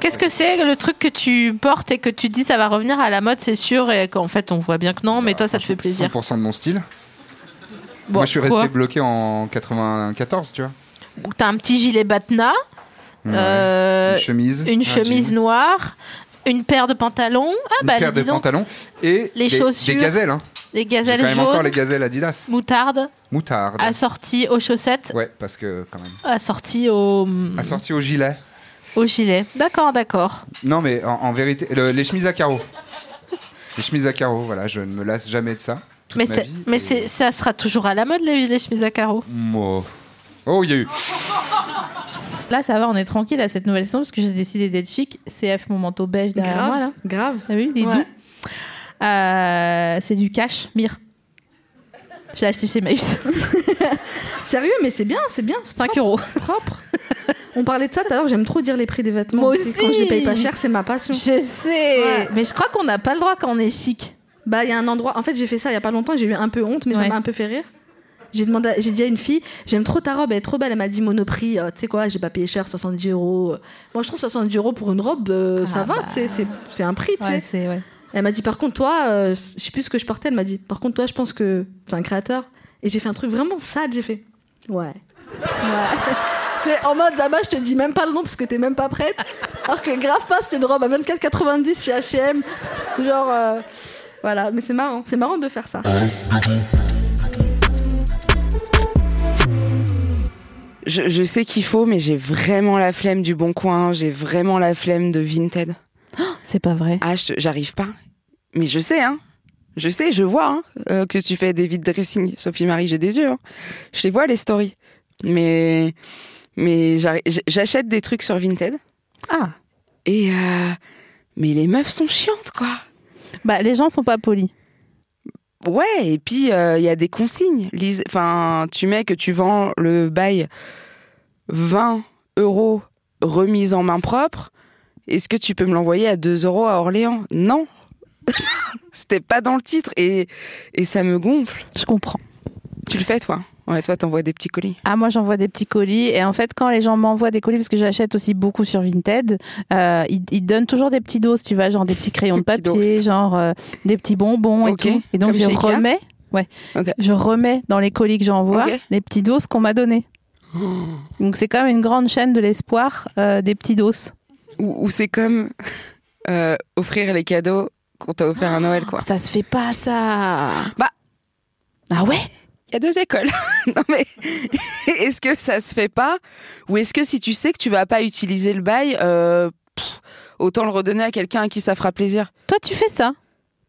S2: Qu'est-ce que c'est le truc que tu portes et que tu dis ça va revenir à la mode, c'est sûr, et qu'en fait on voit bien que non, mais toi ça te fait plaisir.
S17: 100% de mon style.
S2: Bon,
S17: Bah, Moi, je suis resté
S2: quoi
S17: bloqué en 94, tu vois.
S2: Ou T'as un petit gilet batna,
S17: Ouais.
S2: euh,
S17: Une chemise, Ah,
S2: une
S17: un
S2: chemise
S17: jean.
S2: noire, une paire de pantalons. Ah
S17: Une
S2: bah
S17: paire
S2: dis
S17: de
S2: donc,
S17: pantalons et
S2: Les
S17: des,
S2: chaussures.
S17: des gazelles. Hein.
S2: les
S17: J'ai quand
S2: gazelles
S17: même encore
S2: jaunes,
S17: les gazelles Adidas.
S2: moutarde,
S17: Moutarde.
S2: assorties aux chaussettes,
S17: Ouais, parce que quand même.
S2: assorties au,
S17: Assorti au gilet.
S2: au gilet. D'accord, d'accord.
S17: Non, mais en, en vérité, le- les chemises à carreaux. Les chemises à carreaux, voilà, je ne me lasse jamais de ça. Toute
S2: Mais,
S17: ma
S2: c'est-
S17: vie.
S2: mais c'est- ça sera toujours à la mode les, les chemises à carreaux.
S17: Mo- Oh, il y a eu.
S2: Là, ça va, on est tranquille à cette nouvelle saison parce que j'ai décidé d'être chic. CF, mon manteau beige derrière
S15: Grave,
S2: moi. Là. Grave. T'as vu, il est doux. Euh, c'est du cash, mire. Je l'ai acheté chez Maïs.
S18: Sérieux, mais c'est bien, c'est bien.
S2: 5 euros.
S18: Propre. On parlait de ça tout à l'heure, j'aime trop dire les prix des vêtements.
S2: Moi
S18: C'est
S2: aussi.
S18: Quand je paye pas cher, c'est ma passion.
S2: Je sais. Mais je crois qu'on n'a pas le droit quand on est chic.
S18: Bah, il y a un endroit. En fait, j'ai fait ça il y a pas longtemps, j'ai eu un peu honte, mais ça
S2: Ouais.
S18: m'a un peu fait rire. J'ai demandé, à- j'ai dit à une fille, j'aime trop ta robe, elle est trop belle. Elle m'a dit Monoprix, euh, tu sais quoi, j'ai pas payé cher, 70 euros. euh. Moi, je trouve 70 euros pour une robe, euh, ça va, tu sais, c'est- c'est un prix, tu
S2: Ouais,
S18: sais. Elle m'a dit par contre toi, euh, je sais plus ce que je portais. Elle m'a dit par contre toi, je pense que t'es un créateur. Et j'ai fait un truc vraiment sale. J'ai fait ouais. ouais. C'est en mode Zama, je te dis même pas le nom parce que t'es même pas prête. Alors que grave pas, c'était une robe à 24,90 chez H&M. Genre euh, voilà, mais c'est marrant, c'est marrant de faire ça.
S13: Je, je sais qu'il faut, mais j'ai vraiment la flemme du Bon Coin, j'ai vraiment la flemme de Vinted.
S2: Oh, C'est pas vrai.
S13: Ah, je- j'arrive pas. Mais je sais, hein. Je sais, je vois hein, euh, que tu fais des vides dressing. Sophie Marie, j'ai des yeux. hein. Je les vois les stories. Mais mais j'arri- j- j'achète des trucs sur Vinted.
S2: Ah.
S13: Et euh, mais les meufs sont chiantes quoi.
S2: Bah, les gens sont pas polis.
S13: Ouais, et puis euh, il y a des consignes. Lise- Enfin, tu mets que tu vends le bail 20 euros remise en main propre. Est-ce que tu peux me l'envoyer à 2 euros à Orléans Non. C'était pas dans le titre et, et ça me gonfle.
S2: Je comprends.
S13: Tu le fais toi Ouais, toi t'envoies des petits colis.
S2: Ah, moi, j'envoie des petits colis. Et en fait, quand les gens m'envoient des colis, parce que j'achète aussi beaucoup sur Vinted, euh, ils, ils donnent toujours des petits doses, tu vois, genre des petits crayons de papier, genre euh, des petits bonbons
S13: Ok.
S2: et tout. Et donc,
S13: Comme
S2: je
S13: chez Ikea
S2: remets. Ouais. Je remets dans les colis que j'envoie
S13: Ok.
S2: les petits doses qu'on m'a données. Donc, c'est quand même une grande chaîne de l'espoir euh, des petits doses.
S13: Ou, ou c'est comme euh, offrir les cadeaux qu'on t'a offert à Noël quoi.
S2: Ça se fait pas ça.
S13: Bah
S2: Ah ouais
S13: Il y a deux écoles. non mais est-ce que ça se fait pas ou est-ce que si tu sais que tu vas pas utiliser le bail euh, pff, autant le redonner à quelqu'un à qui ça fera plaisir.
S2: Toi tu fais ça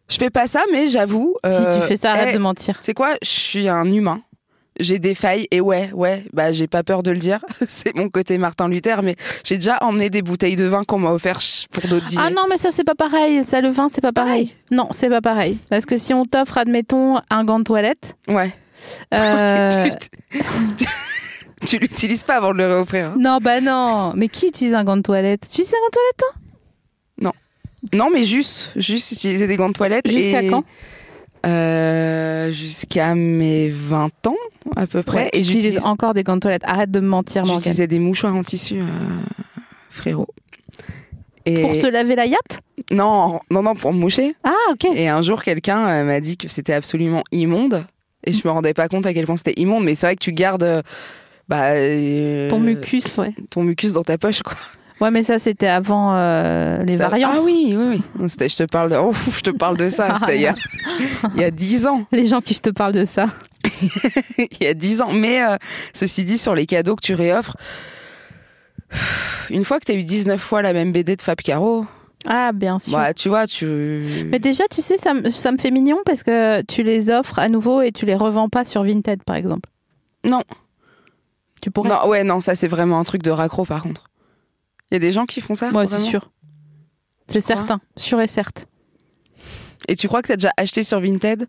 S13: Je fais pas ça mais j'avoue euh, eh,
S2: tu fais ça, arrête de mentir.
S13: C'est quoi Je suis un humain. J'ai des failles et ouais, ouais, bah j'ai pas peur de le dire, c'est mon côté Martin Luther mais j'ai déjà emmené des bouteilles de vin qu'on m'a offert ch- pour d'autres dîners.
S2: Ah non, mais ça, c'est pas pareil. Ça, le vin, c'est pas pareil. Non, c'est pas pareil. Parce que si on t'offre, admettons, un gant de toilette.
S13: Ouais.
S2: euh,
S13: Tu l'utilises pas avant de le réoffrir. hein.
S2: non, bah non. Mais qui utilise un gant de toilette Tu utilises un gant de toilette, toi
S13: Non. Non, mais juste, juste utiliser des gants de toilette.
S2: Jusqu'à
S13: et-
S2: quand
S13: Euh, Jusqu'à mes 20 ans, à peu près.
S2: Ouais, tu utilises
S13: j'utilise-
S2: encore des gants de toilette. Arrête de me mentir, Morgane.
S13: J'utilisais des mouchoirs en tissu, euh, frérot. Et-
S2: Pour te laver la yacht
S13: Non, non, non, pour me moucher.
S2: Ah, ok.
S13: Et un jour, quelqu'un euh, m'a dit que c'était absolument immonde. Et je me rendais pas compte à quel point c'était immonde, mais c'est vrai que tu gardes. euh, bah, euh,
S2: Ton mucus, ouais.
S13: Ton mucus dans ta poche, quoi.
S2: Ouais, mais ça, c'était avant euh, les
S13: Ça-
S2: variants.
S13: Ah oui, oui, oui. Non, c'était- je te parle de, oh, je te parle de ça.
S2: Ah,
S13: C'était il y a, il y a 10 ans.
S2: Les gens qui je te parle de ça.
S13: il y a 10 ans. Mais euh, ceci dit, sur les cadeaux que tu réoffres, une fois que tu as eu 19 fois la même BD de Fab Caro,
S2: Ah, bien sûr.
S13: bah, tu vois, tu.
S2: Mais déjà, tu sais, ça, me- ça me fait mignon parce que tu les offres à nouveau et tu les revends pas sur Vinted, par exemple.
S13: Non.
S2: Tu pourrais.
S13: Non, ouais, non, ça c'est vraiment un truc de raccro par contre. Il y a des gens qui font ça
S2: Moi, c'est
S13: vraiment
S2: sûr. C'est
S13: crois
S2: certain, sûr et certes.
S13: Et tu crois que tu as déjà acheté sur Vinted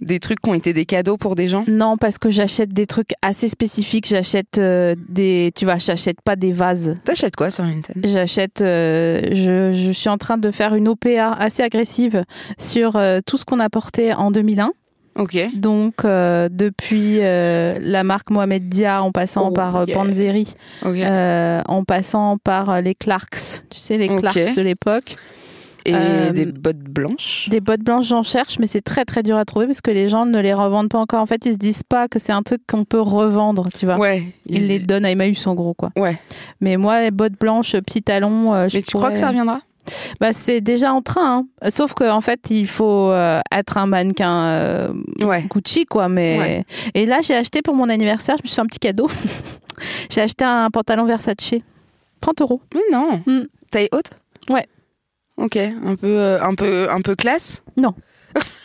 S13: des trucs qui ont été des cadeaux pour des gens
S2: Non, parce que j'achète des trucs assez spécifiques. J'achète euh, des. Tu vois, j'achète pas des vases.
S13: T'achètes quoi sur Vinted
S2: J'achète. euh, je, je suis en train de faire une OPA assez agressive sur euh, tout ce qu'on a porté en 2001.
S13: Ok.
S2: Donc, euh, depuis euh, la marque Mohamed Dia, en passant par euh,
S13: Oh, yeah.
S2: Panzeri,
S13: Ok.
S2: euh, en passant par euh, les Clarks, tu sais, les
S13: Ok.
S2: Clarks de l'époque.
S13: Et
S2: Euh,
S13: des bottes blanches
S2: Des bottes blanches, j'en cherche, mais c'est très très dur à trouver parce que les gens ne les revendent pas encore. En fait, ils se disent pas que c'est un truc qu'on peut revendre, tu vois.
S13: Ouais.
S2: Ils, les donnent à Emmaüs en gros, quoi.
S13: Ouais.
S2: Mais moi, les bottes blanches, petits talons. euh, je
S13: Mais tu crois que ça reviendra
S2: bah, c'est déjà en train. hein. Sauf qu'en en fait, il faut euh, être un mannequin euh, Gucci, quoi. Mais
S13: Ouais.
S2: et là, j'ai acheté pour mon anniversaire. Je me suis fait un petit cadeau. j'ai acheté un pantalon Versace, 30 euros. Mm.
S13: Mais non. Taille haute
S2: Ouais.
S13: Ok, un peu, euh, un peu, un peu classe.
S2: Non.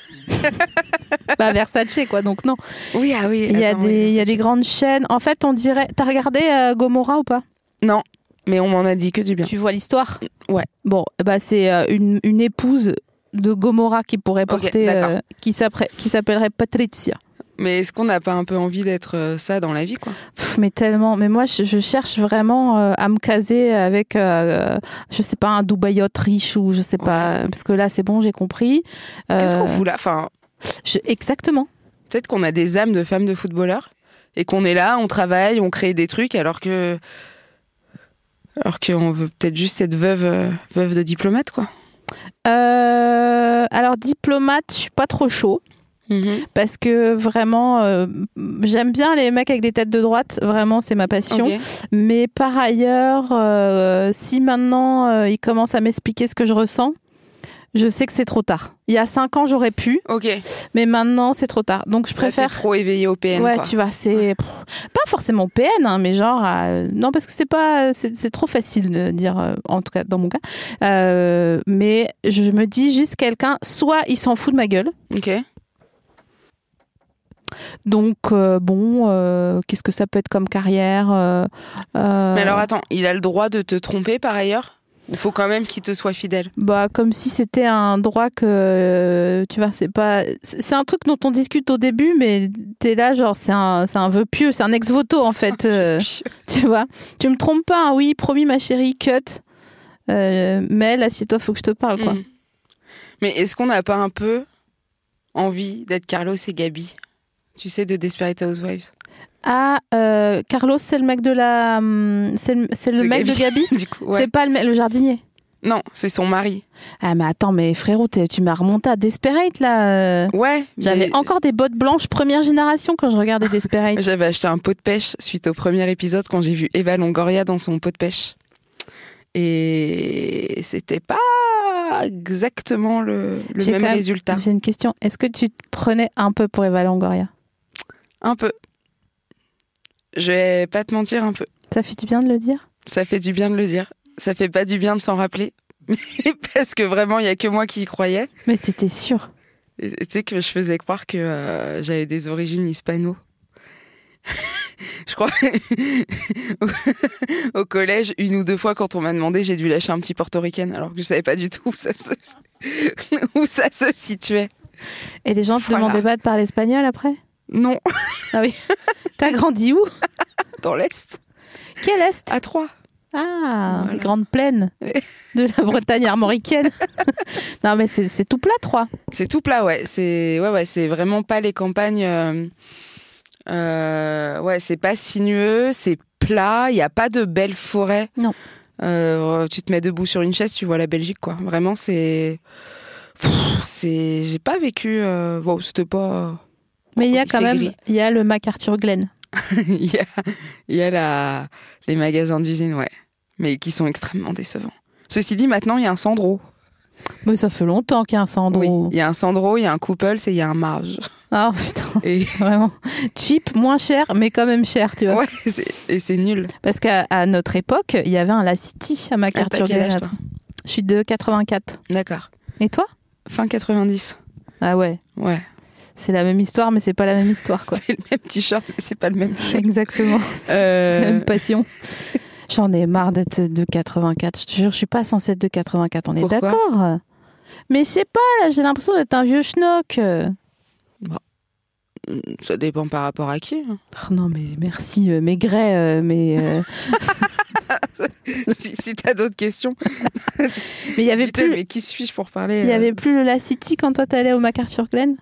S2: bah Versace quoi donc non
S13: oui ah oui
S2: il y a
S13: attends,
S2: des
S13: oui,
S2: il y a des grandes chaînes en fait on dirait t'as regardé euh, Gomorrah ou pas
S13: non mais on m'en a dit que du bien
S2: tu vois l'histoire
S13: ouais
S2: bon bah c'est euh, une, une épouse de Gomorrah qui pourrait
S13: Ok,
S2: porter
S13: d'accord.
S2: euh, qui s'appre- qui s'appellerait Patricia
S13: Mais est-ce qu'on n'a pas un peu envie d'être euh, ça dans la vie, quoi
S2: Pff, mais tellement. Mais moi, je, je cherche vraiment euh, à me caser avec, euh, je sais pas, un Dubaïote riche ou je sais pas. Parce que là, c'est bon, j'ai compris. Euh,
S13: Qu'est-ce qu'on fout là Enfin,
S2: exactement.
S13: Peut-être qu'on a des âmes de femmes de footballeurs et qu'on est là, on travaille, on crée des trucs, alors que, alors qu'on veut peut-être juste être veuve, euh, veuve de diplomate, quoi.
S2: Euh, alors diplomate, je suis pas trop chaud. Parce que vraiment, euh, j'aime bien les mecs avec des têtes de droite, vraiment, c'est ma passion.
S13: Ok.
S2: Mais par ailleurs, euh, si maintenant euh, ils commencent à m'expliquer ce que je ressens, je sais que c'est trop tard. Il y a cinq ans, j'aurais pu.
S13: Ok.
S2: Mais maintenant, c'est trop tard. Donc, je
S13: Ouais, t'es
S2: préfère.
S13: trop éveillé au PN,
S2: Ouais,
S13: quoi.
S2: tu vois, c'est. pff, Pas forcément PN, hein, mais genre. euh, Non, parce que c'est pas. C'est c'est trop facile de dire, euh, en tout cas, dans mon cas. Euh, mais je me dis juste quelqu'un, soit il s'en fout de ma gueule.
S13: Ok.
S2: Donc, euh, bon, euh, qu'est-ce que ça peut être comme carrière euh, euh,
S13: Mais alors attends, il a le droit de te tromper par ailleurs Il faut quand même qu'il te soit fidèle.
S2: Bah, comme si c'était un droit que. euh, Tu vois, c'est pas. C'est c'est un truc dont on discute au début, mais t'es là, genre, c'est un, c'est un vœu pieux, c'est un ex-voto, en fait. euh, tu vois Tu me trompes pas, hein, oui, promis, ma chérie, cut. Euh, mais là, si toi, faut que je te parle, quoi.
S13: Mm. Mais est-ce qu'on n'a pas un peu envie d'être Carlos et Gabi Tu sais, de Desperate Housewives
S2: Ah, euh, Carlos, c'est le mec de la. hum, C'est le, c'est le
S13: De
S2: mec de
S13: Gabi.
S2: Gabi
S13: Du coup, ouais.
S2: C'est pas le, mec- le jardinier
S13: Non, c'est son mari.
S2: Ah, mais attends, mais frérot, t'es- tu m'as remonté à Desperate là. euh.
S13: Ouais.
S2: J'avais
S13: mais-
S2: encore des bottes blanches première génération quand je regardais Desperate.
S13: J'avais acheté un pot de pêche suite au premier épisode quand j'ai vu Eva Longoria dans son pot de pêche. Et c'était pas exactement le, le
S2: J'ai
S13: même
S2: quand même-
S13: résultat.
S2: J'ai une question. Est-ce que tu te prenais un peu pour Eva Longoria
S13: Un peu. Je vais pas te mentir un peu.
S2: Ça fait du bien de le dire
S13: Ça fait du bien de le dire. Ça fait pas du bien de s'en rappeler. Parce que vraiment, il y a que moi qui y croyais.
S2: Mais c'était sûr.
S13: Et Tu sais que je faisais croire que euh, j'avais des origines hispano. je crois. Au collège, une ou deux fois, quand on m'a demandé, j'ai dû lâcher un petit portoricaine, alors que je savais pas du tout où ça se, où ça se situait.
S2: Et les gens te demandaient pas de parler espagnol après
S13: Non.
S2: Ah oui. T'as grandi où
S13: Dans l'Est.
S2: Quel Est
S13: À Troyes.
S2: Ah, les grandes plaines de la Bretagne armoricaine. non, mais c'est c'est tout plat, Troyes.
S13: C'est tout plat, ouais. C'est ouais, ouais, c'est vraiment pas les campagnes. euh, euh, ouais, c'est pas sinueux, c'est plat. Il n'y a pas de belles forêts. Euh,
S2: Non.
S13: tu te mets debout sur une chaise, tu vois la Belgique, quoi. Vraiment, c'est. Pff, C'est. J'ai pas vécu. Euh... wow, c'était pas.
S2: Mais il y a quand
S13: fait
S2: même
S13: gris.
S2: il y a le MacArthur Glen.
S13: Il y a, il y a la, les magasins d'usine, ouais. Mais qui sont extrêmement décevants. Ceci dit, maintenant, il y a un Sandro.
S2: Mais ça fait longtemps qu'il y a un Sandro.
S13: Il y a un Sandro, il y a un Couple, et il y a un Marge.
S2: Ah putain, vraiment cheap, moins cher, mais quand même cher, tu vois.
S13: Ouais, et c'est nul.
S2: Parce qu'à à notre époque, il y avait un La City à ma carte
S13: t'as quel âge, toi
S2: Je suis de 84.
S13: D'accord.
S2: Et toi
S13: Fin 90.
S2: Ah ouais.
S13: Ouais.
S2: C'est la même histoire, mais c'est pas la même histoire, quoi.
S13: c'est le même t-shirt, mais c'est pas le même.
S2: Exactement.
S13: Euh,
S2: C'est la même passion. J'en ai marre d'être de 84. Je te jure, je suis pas censée être de 84. On est
S13: Pourquoi
S2: d'accord. Mais je sais pas, là, j'ai l'impression d'être un vieux schnock. euh.
S13: Euh, Ça dépend par rapport à qui. hein.
S2: Oh non, mais merci, euh, Maigret, euh, mais. euh,
S13: si si t'as d'autres questions.
S2: mais il y avait plus-
S13: Mais qui suis-je pour parler
S2: Il n'y
S13: euh,
S2: avait plus le La City quand toi t'allais au MacArthur Glen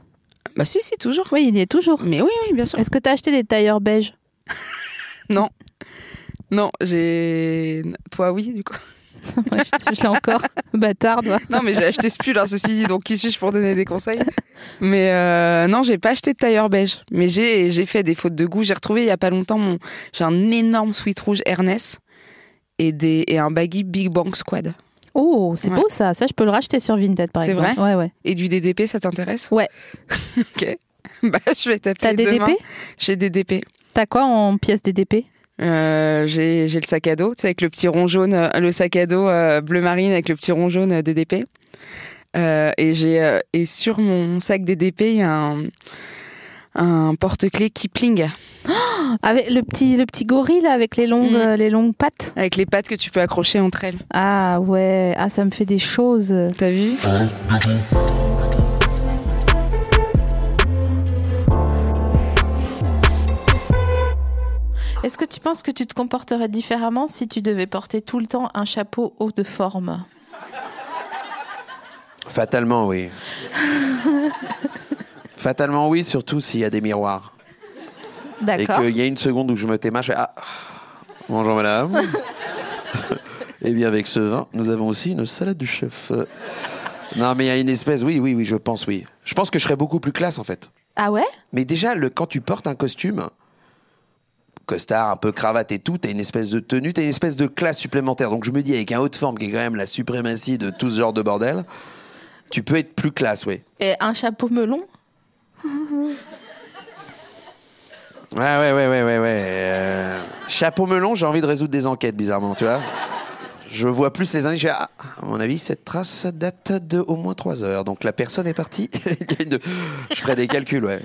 S13: Bah si, si, toujours.
S2: Oui, il y est toujours.
S13: Mais oui, oui, bien sûr.
S2: Est-ce que t'as acheté des tailleurs beiges
S13: Non. Non, j'ai. Toi, oui, du coup.
S2: Ouais, je je l'ai encore, bâtard. toi.
S13: Non, mais j'ai acheté ce pull, hein, ceci dit, donc qui suis-je pour donner des conseils Mais euh, non, j'ai pas acheté de tailleur beige. Mais j'ai j'ai fait des fautes de goût. J'ai retrouvé il y a pas longtemps mon. J'ai un énorme sweat rouge Ernest et, des, et un baggy Big Bang Squad.
S2: Oh, c'est
S13: Ouais.
S2: beau ça. Ça, je peux le racheter sur Vinted par
S13: C'est
S2: exemple.
S13: vrai
S2: Ouais, ouais.
S13: Et du DDP, ça t'intéresse
S2: Ouais.
S13: ok. Bah, je vais t'appeler.
S2: T'as DDP
S13: demain. J'ai DDP.
S2: T'as quoi en pièces DDP
S13: Euh, j'ai j'ai le sac à dos, tu sais, avec le petit rond jaune, euh, le sac à dos euh, bleu marine avec le petit rond jaune euh, DDP. Euh, et j'ai euh, et sur mon sac DDP, il y a un, un porte-clés Kipling
S2: Oh, Avec le petit, le petit gorille là, avec les longues, euh, les longues pattes.
S13: Mm. avec les pattes que tu peux accrocher entre elles.
S2: Ah ouais, ah ça me fait des choses.
S13: T'as vu
S2: Est-ce que tu penses que tu te comporterais différemment si tu devais porter tout le temps un chapeau haut de forme
S19: Fatalement, oui. Fatalement, oui, surtout s'il y a des miroirs. Et
S2: D'accord.
S19: qu'il y a une seconde où je me téma, je fais Ah, bonjour madame. Et bien, avec ce vin, nous avons aussi une salade du chef. Euh, Non, mais il y a une espèce, oui, oui, oui, je pense, oui. Je pense que je serais beaucoup plus classe en fait.
S2: Ah ouais
S19: Mais déjà, le, quand tu portes un costume, costard, un peu cravate et tout, t'as une espèce de tenue, t'as une espèce de classe supplémentaire. Donc je me dis, avec un haut de forme qui est quand même la suprématie de tout ce genre de bordel, tu peux être plus classe, oui.
S2: Et un chapeau melon
S19: Ouais, ouais, ouais, ouais, ouais, ouais. Euh, Chapeau melon, j'ai envie de résoudre des enquêtes, bizarrement, tu vois. Je vois plus les indices. je fais, ah, à mon avis, cette trace date de au moins 3 heures. Donc la personne est partie. Il y a une- Je ferai des calculs, ouais.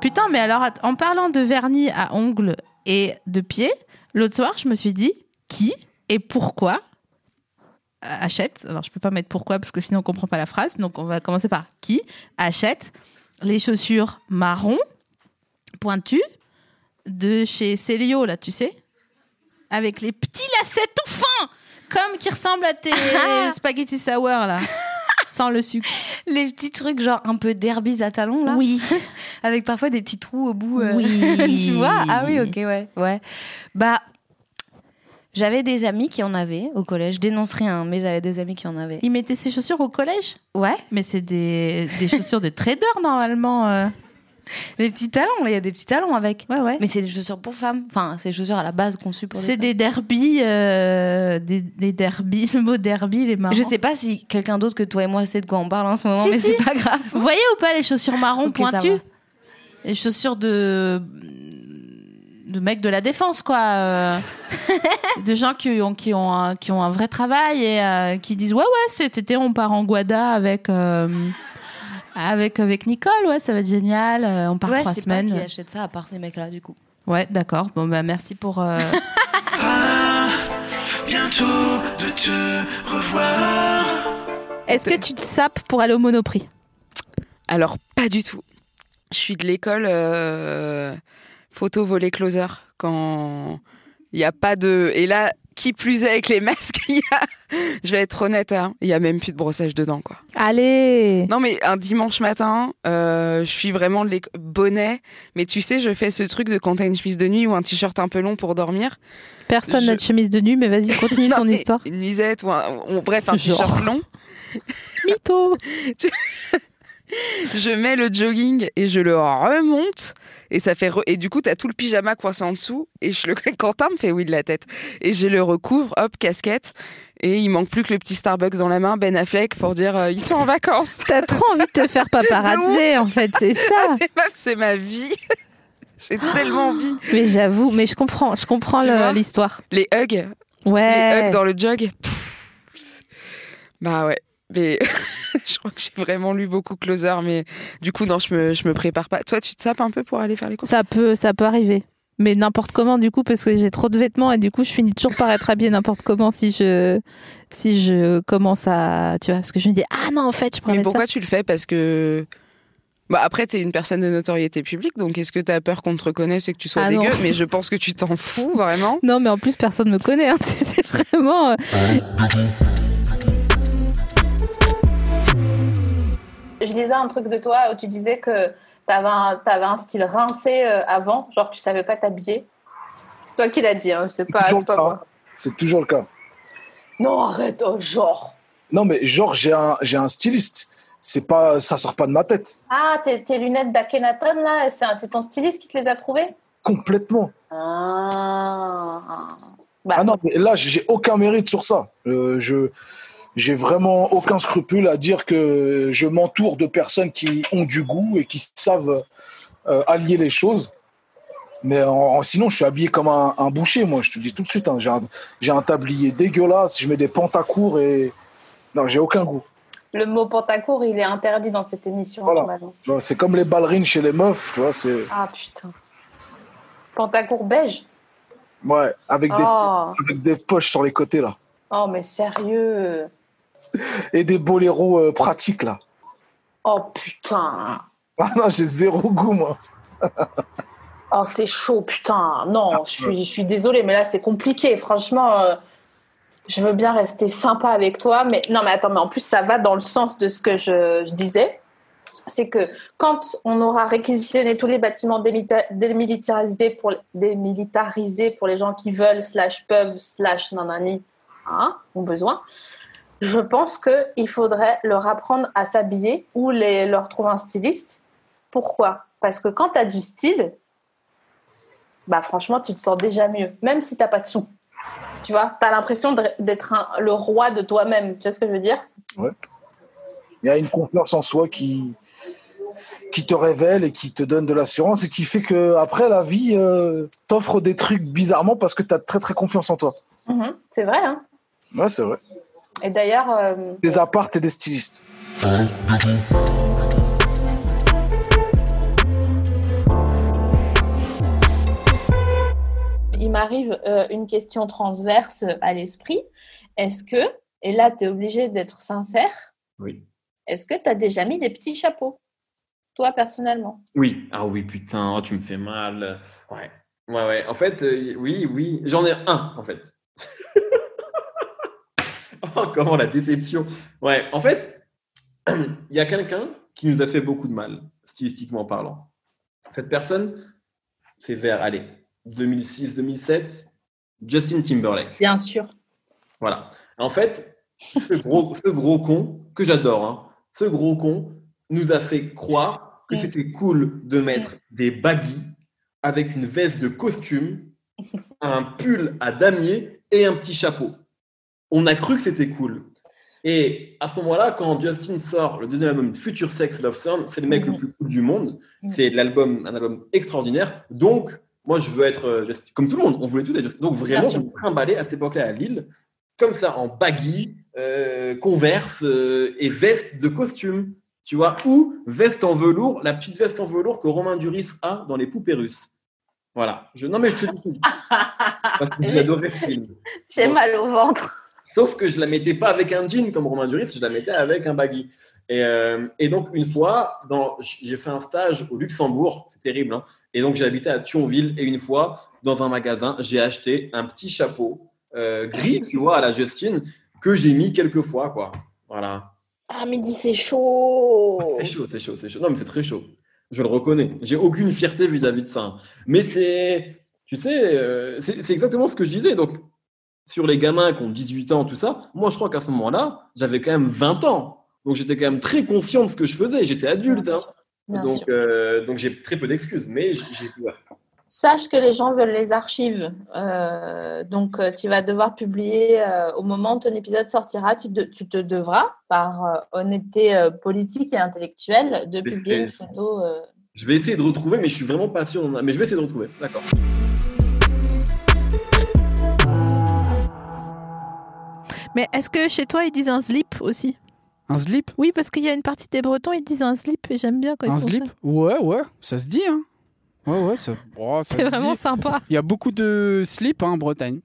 S2: Putain, mais alors, att- en parlant de vernis à ongles et de pieds, l'autre soir, je me suis dit qui et pourquoi achète. Alors, je peux pas mettre pourquoi parce que sinon on comprend pas la phrase. Donc, on va commencer par qui achète les chaussures marron pointues de chez Célio, là, tu sais, avec les petits lacets tout fins, comme qui ressemblent à tes spaghetti sour là. Sans le sucre.
S20: Ah Les petits trucs, genre un peu d'herbise à talons, là.
S2: Oui.
S20: Avec parfois des petits trous au bout. euh,
S2: Oui.
S20: tu vois Ah oui, ok, ouais. ouais. Bah, j'avais des amis qui en avaient au collège. Je dénonce rien, mais j'avais des amis qui en avaient.
S2: Ils mettaient ces chaussures au collège
S20: Ouais.
S2: Mais c'est des, des chaussures de trader normalement. euh.
S20: Les petits talons, il y a des petits talons avec. Ouais, ouais. Mais c'est des chaussures pour femmes. Enfin, c'est des chaussures à la base conçues pour les
S2: C'est des derbies, euh, des, des derbies, le mot derby, les marrons.
S20: Je sais pas si quelqu'un d'autre que toi et moi sait de quoi on parle en ce moment,
S2: Si,
S20: mais
S2: si.
S20: c'est pas grave.
S2: Vous voyez ou pas les chaussures marron
S20: Ok, ça
S2: pointues
S20: va.
S2: Les chaussures de. de mecs de la défense, quoi. euh, de gens qui ont, qui, ont un, qui ont un vrai travail et euh, qui disent Ouais, ouais, cet été, on part en Guada avec. euh, avec, avec Nicole, ouais, ça va être génial. euh, on part
S20: ouais,
S2: trois
S20: je sais
S2: semaines.
S20: pas qui achète ça à part ces mecs-là du coup.
S2: Ouais, d'accord. Bon, bah, merci pour. euh,
S8: Bientôt de te revoir.
S2: Est-ce que tu te sapes pour aller au Monoprix
S13: Alors, pas du tout. Je suis de l'école euh, photo volet closer. Quand il n'y a pas de. Et là, qui plus est avec les masques, il y a. Je vais être honnête, hein, il y n'y a même plus de brossage dedans, quoi.
S2: Allez
S13: Non, mais un dimanche matin, euh, je suis vraiment de l'éco- bonnet. Mais tu sais, je fais ce truc de quand t'as une chemise de nuit ou un t-shirt un peu long pour dormir.
S2: Personne n'a de chemise de nuit, mais vas-y, continue
S13: Non,
S2: ton
S13: mais
S2: histoire.
S13: Une nuisette ou un, ou- bref, un
S2: Genre.
S13: t-shirt long.
S2: Mytho
S13: Je mets le jogging et je le remonte et ça fait re- et du coup t'as tout le pyjama coincé en dessous et je le Quentin me fait oui de la tête et je le recouvre hop casquette et il manque plus que le petit Starbucks dans la main Ben Affleck pour dire euh, ils sont en vacances.
S2: T'as trop envie de te faire paparazzer, en fait, c'est ça.
S13: c'est ma vie. J'ai tellement envie.
S2: Mais j'avoue, mais je comprends, je comprends
S13: Tu
S2: le-
S13: vois
S2: l'histoire.
S13: Les hugs.
S2: Ouais.
S13: Les hugs dans le jog. Pff. Bah ouais. Mais je crois que j'ai vraiment lu beaucoup Closer, mais du coup, non, je me, je me prépare pas. Toi, tu te sapes un peu pour aller faire les courses
S2: Ça peut, ça peut arriver. Mais n'importe comment, du coup, parce que j'ai trop de vêtements et du coup, je finis toujours par être habillée n'importe comment si je, si je commence à, tu vois, parce que je me dis, ah non, en fait, je pourrais
S13: Mais
S2: mettre
S13: pourquoi
S2: ça.
S13: tu le fais Parce que. Bah après, t'es une personne de notoriété publique, donc est-ce que t'as peur qu'on te reconnaisse et que tu sois
S2: Ah non.
S13: dégueu Mais je pense que tu t'en fous vraiment.
S2: Non, mais en plus, personne me connaît, hein, tu sais, c'est vraiment. euh,
S4: Je lisais un truc de toi où tu disais que t'avais un, t'avais un style rincé euh, avant, genre tu savais pas t'habiller. C'est toi qui l'as dit, hein, je sais pas,
S21: toujours
S4: c'est pas
S21: le cas,
S4: moi.
S21: hein. C'est toujours le cas.
S4: Non, arrête, oh, genre.
S21: Non, mais genre, j'ai un, j'ai un styliste. C'est pas, ça sort pas de ma tête.
S4: Ah, tes, tes lunettes d'Akenathan, là, c'est un- c'est ton styliste qui te les a trouvées
S21: Complètement.
S4: Ah.
S21: ah non, mais là, j'ai aucun mérite sur ça. Euh, je, j'ai vraiment aucun scrupule à dire que je m'entoure de personnes qui ont du goût et qui savent euh, allier les choses. Mais en- en- sinon, je suis habillé comme un, un boucher, moi, je te dis tout de suite. hein. J'ai, un, j'ai un tablier dégueulasse, je mets des pantacourts et. Non, j'ai aucun goût.
S4: Le mot pantacourt, il est interdit dans cette émission. normalement.
S21: Non, C'est comme les ballerines chez les meufs, tu vois. C'est...
S4: Ah putain. Pantacourt beige
S21: Ouais, avec des,
S4: Oh.
S21: avec des poches sur les côtés, là.
S4: Oh, mais sérieux
S21: Et des boléros euh, pratiques, là.
S2: Oh putain.
S21: Ah non, j'ai zéro goût, moi.
S2: Oh, c'est chaud, putain. Non, je suis, je suis désolée, mais là, c'est compliqué. Franchement, euh, je veux bien rester sympa avec toi. Mais non, mais attends, mais en plus, ça va dans le sens de ce que je, je disais. C'est que quand on aura réquisitionné tous les bâtiments démita- démilitarisés pour, démilitarisés pour les gens qui veulent, slash peuvent, slash nanani, hein, ont besoin, je pense qu'il faudrait leur apprendre à s'habiller ou les, leur trouver un styliste. Pourquoi Parce que quand tu as du style, bah franchement, tu te sens déjà mieux, même si t'as pas de sous. Tu vois, tu as l'impression de- d'être un- le roi de toi-même. Tu vois ce que je veux dire
S21: Ouais. Il y a une confiance en soi qui, qui te révèle et qui te donne de l'assurance et qui fait que après la vie euh, t'offre des trucs bizarrement parce que tu as très très confiance en toi.
S2: Mhm, C'est vrai. Hein
S21: Ouais, c'est vrai.
S2: et d'ailleurs, euh,
S21: Des apparts et des stylistes.
S2: il m'arrive euh, une question transverse euh, à l'esprit. Est-ce que, et là, tu es obligé d'être sincère,
S3: Oui.
S2: est-ce que tu as déjà mis des petits chapeaux Toi, personnellement
S3: Oui. Ah oui, putain, oh, tu me fais mal. Ouais. Ouais, ouais. En fait, euh, oui, oui. J'en ai un, en fait. oh, comment la déception. Ouais, en fait, il y a quelqu'un qui nous a fait beaucoup de mal, stylistiquement parlant. Cette personne, c'est vers, allez, 2006-2007, Justin Timberlake.
S2: Bien sûr.
S3: Voilà. En fait, ce gros, ce gros con, que j'adore, hein, ce gros con nous a fait croire que c'était cool de mettre des baggy avec une veste de costume, un pull à damier et un petit chapeau. On a cru que c'était cool. Et à ce moment-là, quand Justin sort le deuxième album Future Sex Love Sound, c'est le mec le plus cool du monde. C'est l'album, un album extraordinaire. Donc, moi, je veux être euh, Justin. comme tout le monde. On voulait tous être Justin. Donc, vraiment,
S2: Bien
S3: je
S2: sûr.
S3: me trimballais à cette époque-là à Lille, comme ça, en baggy, euh, converse euh, et veste de costume. Tu vois, ou veste en velours, la petite veste en velours que Romain Duris a dans Les Poupées Russes. Voilà. Je, non, mais je te dis tout. Parce que j'adorais ce film.
S2: J'ai mal au ventre.
S3: Sauf que je la mettais pas avec un jean comme Romain Duris, je la mettais avec un baggy. Et, euh, et donc, une fois, dans- j'ai fait un stage au Luxembourg, c'est terrible, hein. et donc j'habitais à Thionville, et une fois, dans un magasin, j'ai acheté un petit chapeau euh, gris, tu vois, à la Justine, que j'ai mis quelques fois, quoi. Voilà.
S2: Ah, mais dis, c'est chaud.
S3: C'est chaud, c'est chaud, c'est chaud. Non, mais c'est très chaud. Je le reconnais. J'ai aucune fierté vis-à-vis de ça. Mais c'est, tu sais, euh, c'est c'est exactement ce que je disais. Donc, sur les gamins qui ont 18 ans, tout ça, moi, je crois qu'à ce moment-là, j'avais quand même 20 ans. Donc, j'étais quand même très conscient de ce que je faisais. J'étais adulte. hein.
S2: Bien sûr.
S3: Donc, euh, donc j'ai très peu d'excuses. Mais j- j'ai ouais.
S2: Sache que les gens veulent les archives. Euh, donc, euh, tu vas devoir publier euh, au moment où ton épisode sortira. Tu, de- tu te devras, par euh, honnêteté euh, politique et intellectuelle, de
S3: Mais
S2: publier
S3: c'est-
S2: une photo. euh,
S3: Je vais essayer de retrouver, mais je suis vraiment pas sûr. d'en avoir- Mais je vais essayer de retrouver. D'accord.
S13: Mais est-ce que chez toi, ils disent un slip aussi
S6: Un slip
S13: Oui, parce qu'il y a une partie des Bretons, ils disent un slip et j'aime bien quand ils
S6: Un
S13: font
S6: slip
S13: ça.
S6: Ouais, ouais, ça se dit, hein. Ouais, ouais, ça, oh, ça
S13: C'est
S6: se
S13: vraiment
S6: dit.
S13: sympa.
S6: Il y a beaucoup de slips hein, en Bretagne.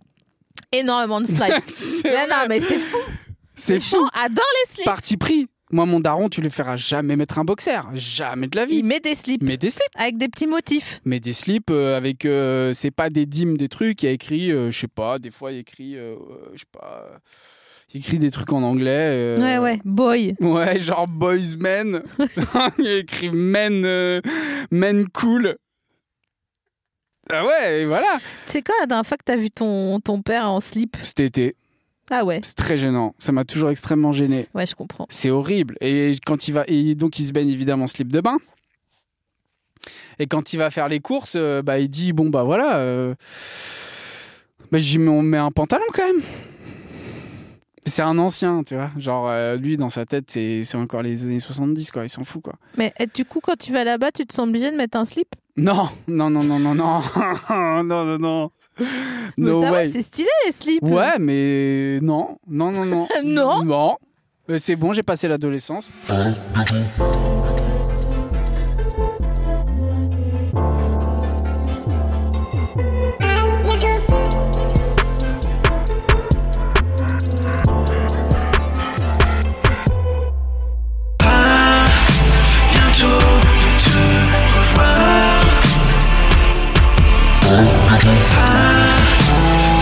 S13: Énormément de slips.
S6: C'est
S13: mais
S6: vrai.
S13: non, mais c'est fou.
S6: C'est
S13: Les gens adorent les slips.
S6: Parti pris. Moi, mon daron, tu le feras jamais mettre un boxer. Jamais de la vie.
S13: Il met des slips.
S6: Mais des slips.
S13: Avec des petits motifs.
S6: Mais des slips euh, avec. euh, c'est pas des dîmes, des trucs. Il y a écrit, euh, je sais pas, des fois, il y a écrit. euh, je sais pas. euh, il y a écrit des trucs en anglais. euh,
S13: Ouais, ouais, boy.
S6: Ouais, genre boys men. il y a écrit men, euh, men cool. Ah ouais, et voilà.
S13: C'est quand la dernière fois que t'as vu ton, ton père en slip
S6: Cet été.
S13: Ah ouais.
S6: C'est très gênant. Ça m'a toujours extrêmement gêné.
S13: Ouais, je comprends.
S6: C'est horrible. Et quand il va, et donc il se baigne évidemment en slip de bain. Et quand il va faire les courses, euh, bah il dit bon bah voilà, euh, bah j'y mets, on met un pantalon quand même. C'est un ancien, tu vois. Genre euh, lui dans sa tête c'est, c'est encore les années 70 quoi. Il s'en fout quoi.
S13: Mais euh, du coup, quand tu vas là-bas, tu te sens obligé de mettre un slip
S6: Non, non, non, non, non, non, non, non, non.
S13: Mais
S6: No
S13: ça va,
S6: way.
S13: c'est stylé les slips.
S6: Ouais, mais non, non, non, non.
S13: Non
S6: Non. Mais C'est bon, j'ai passé l'adolescence.
S1: Ah.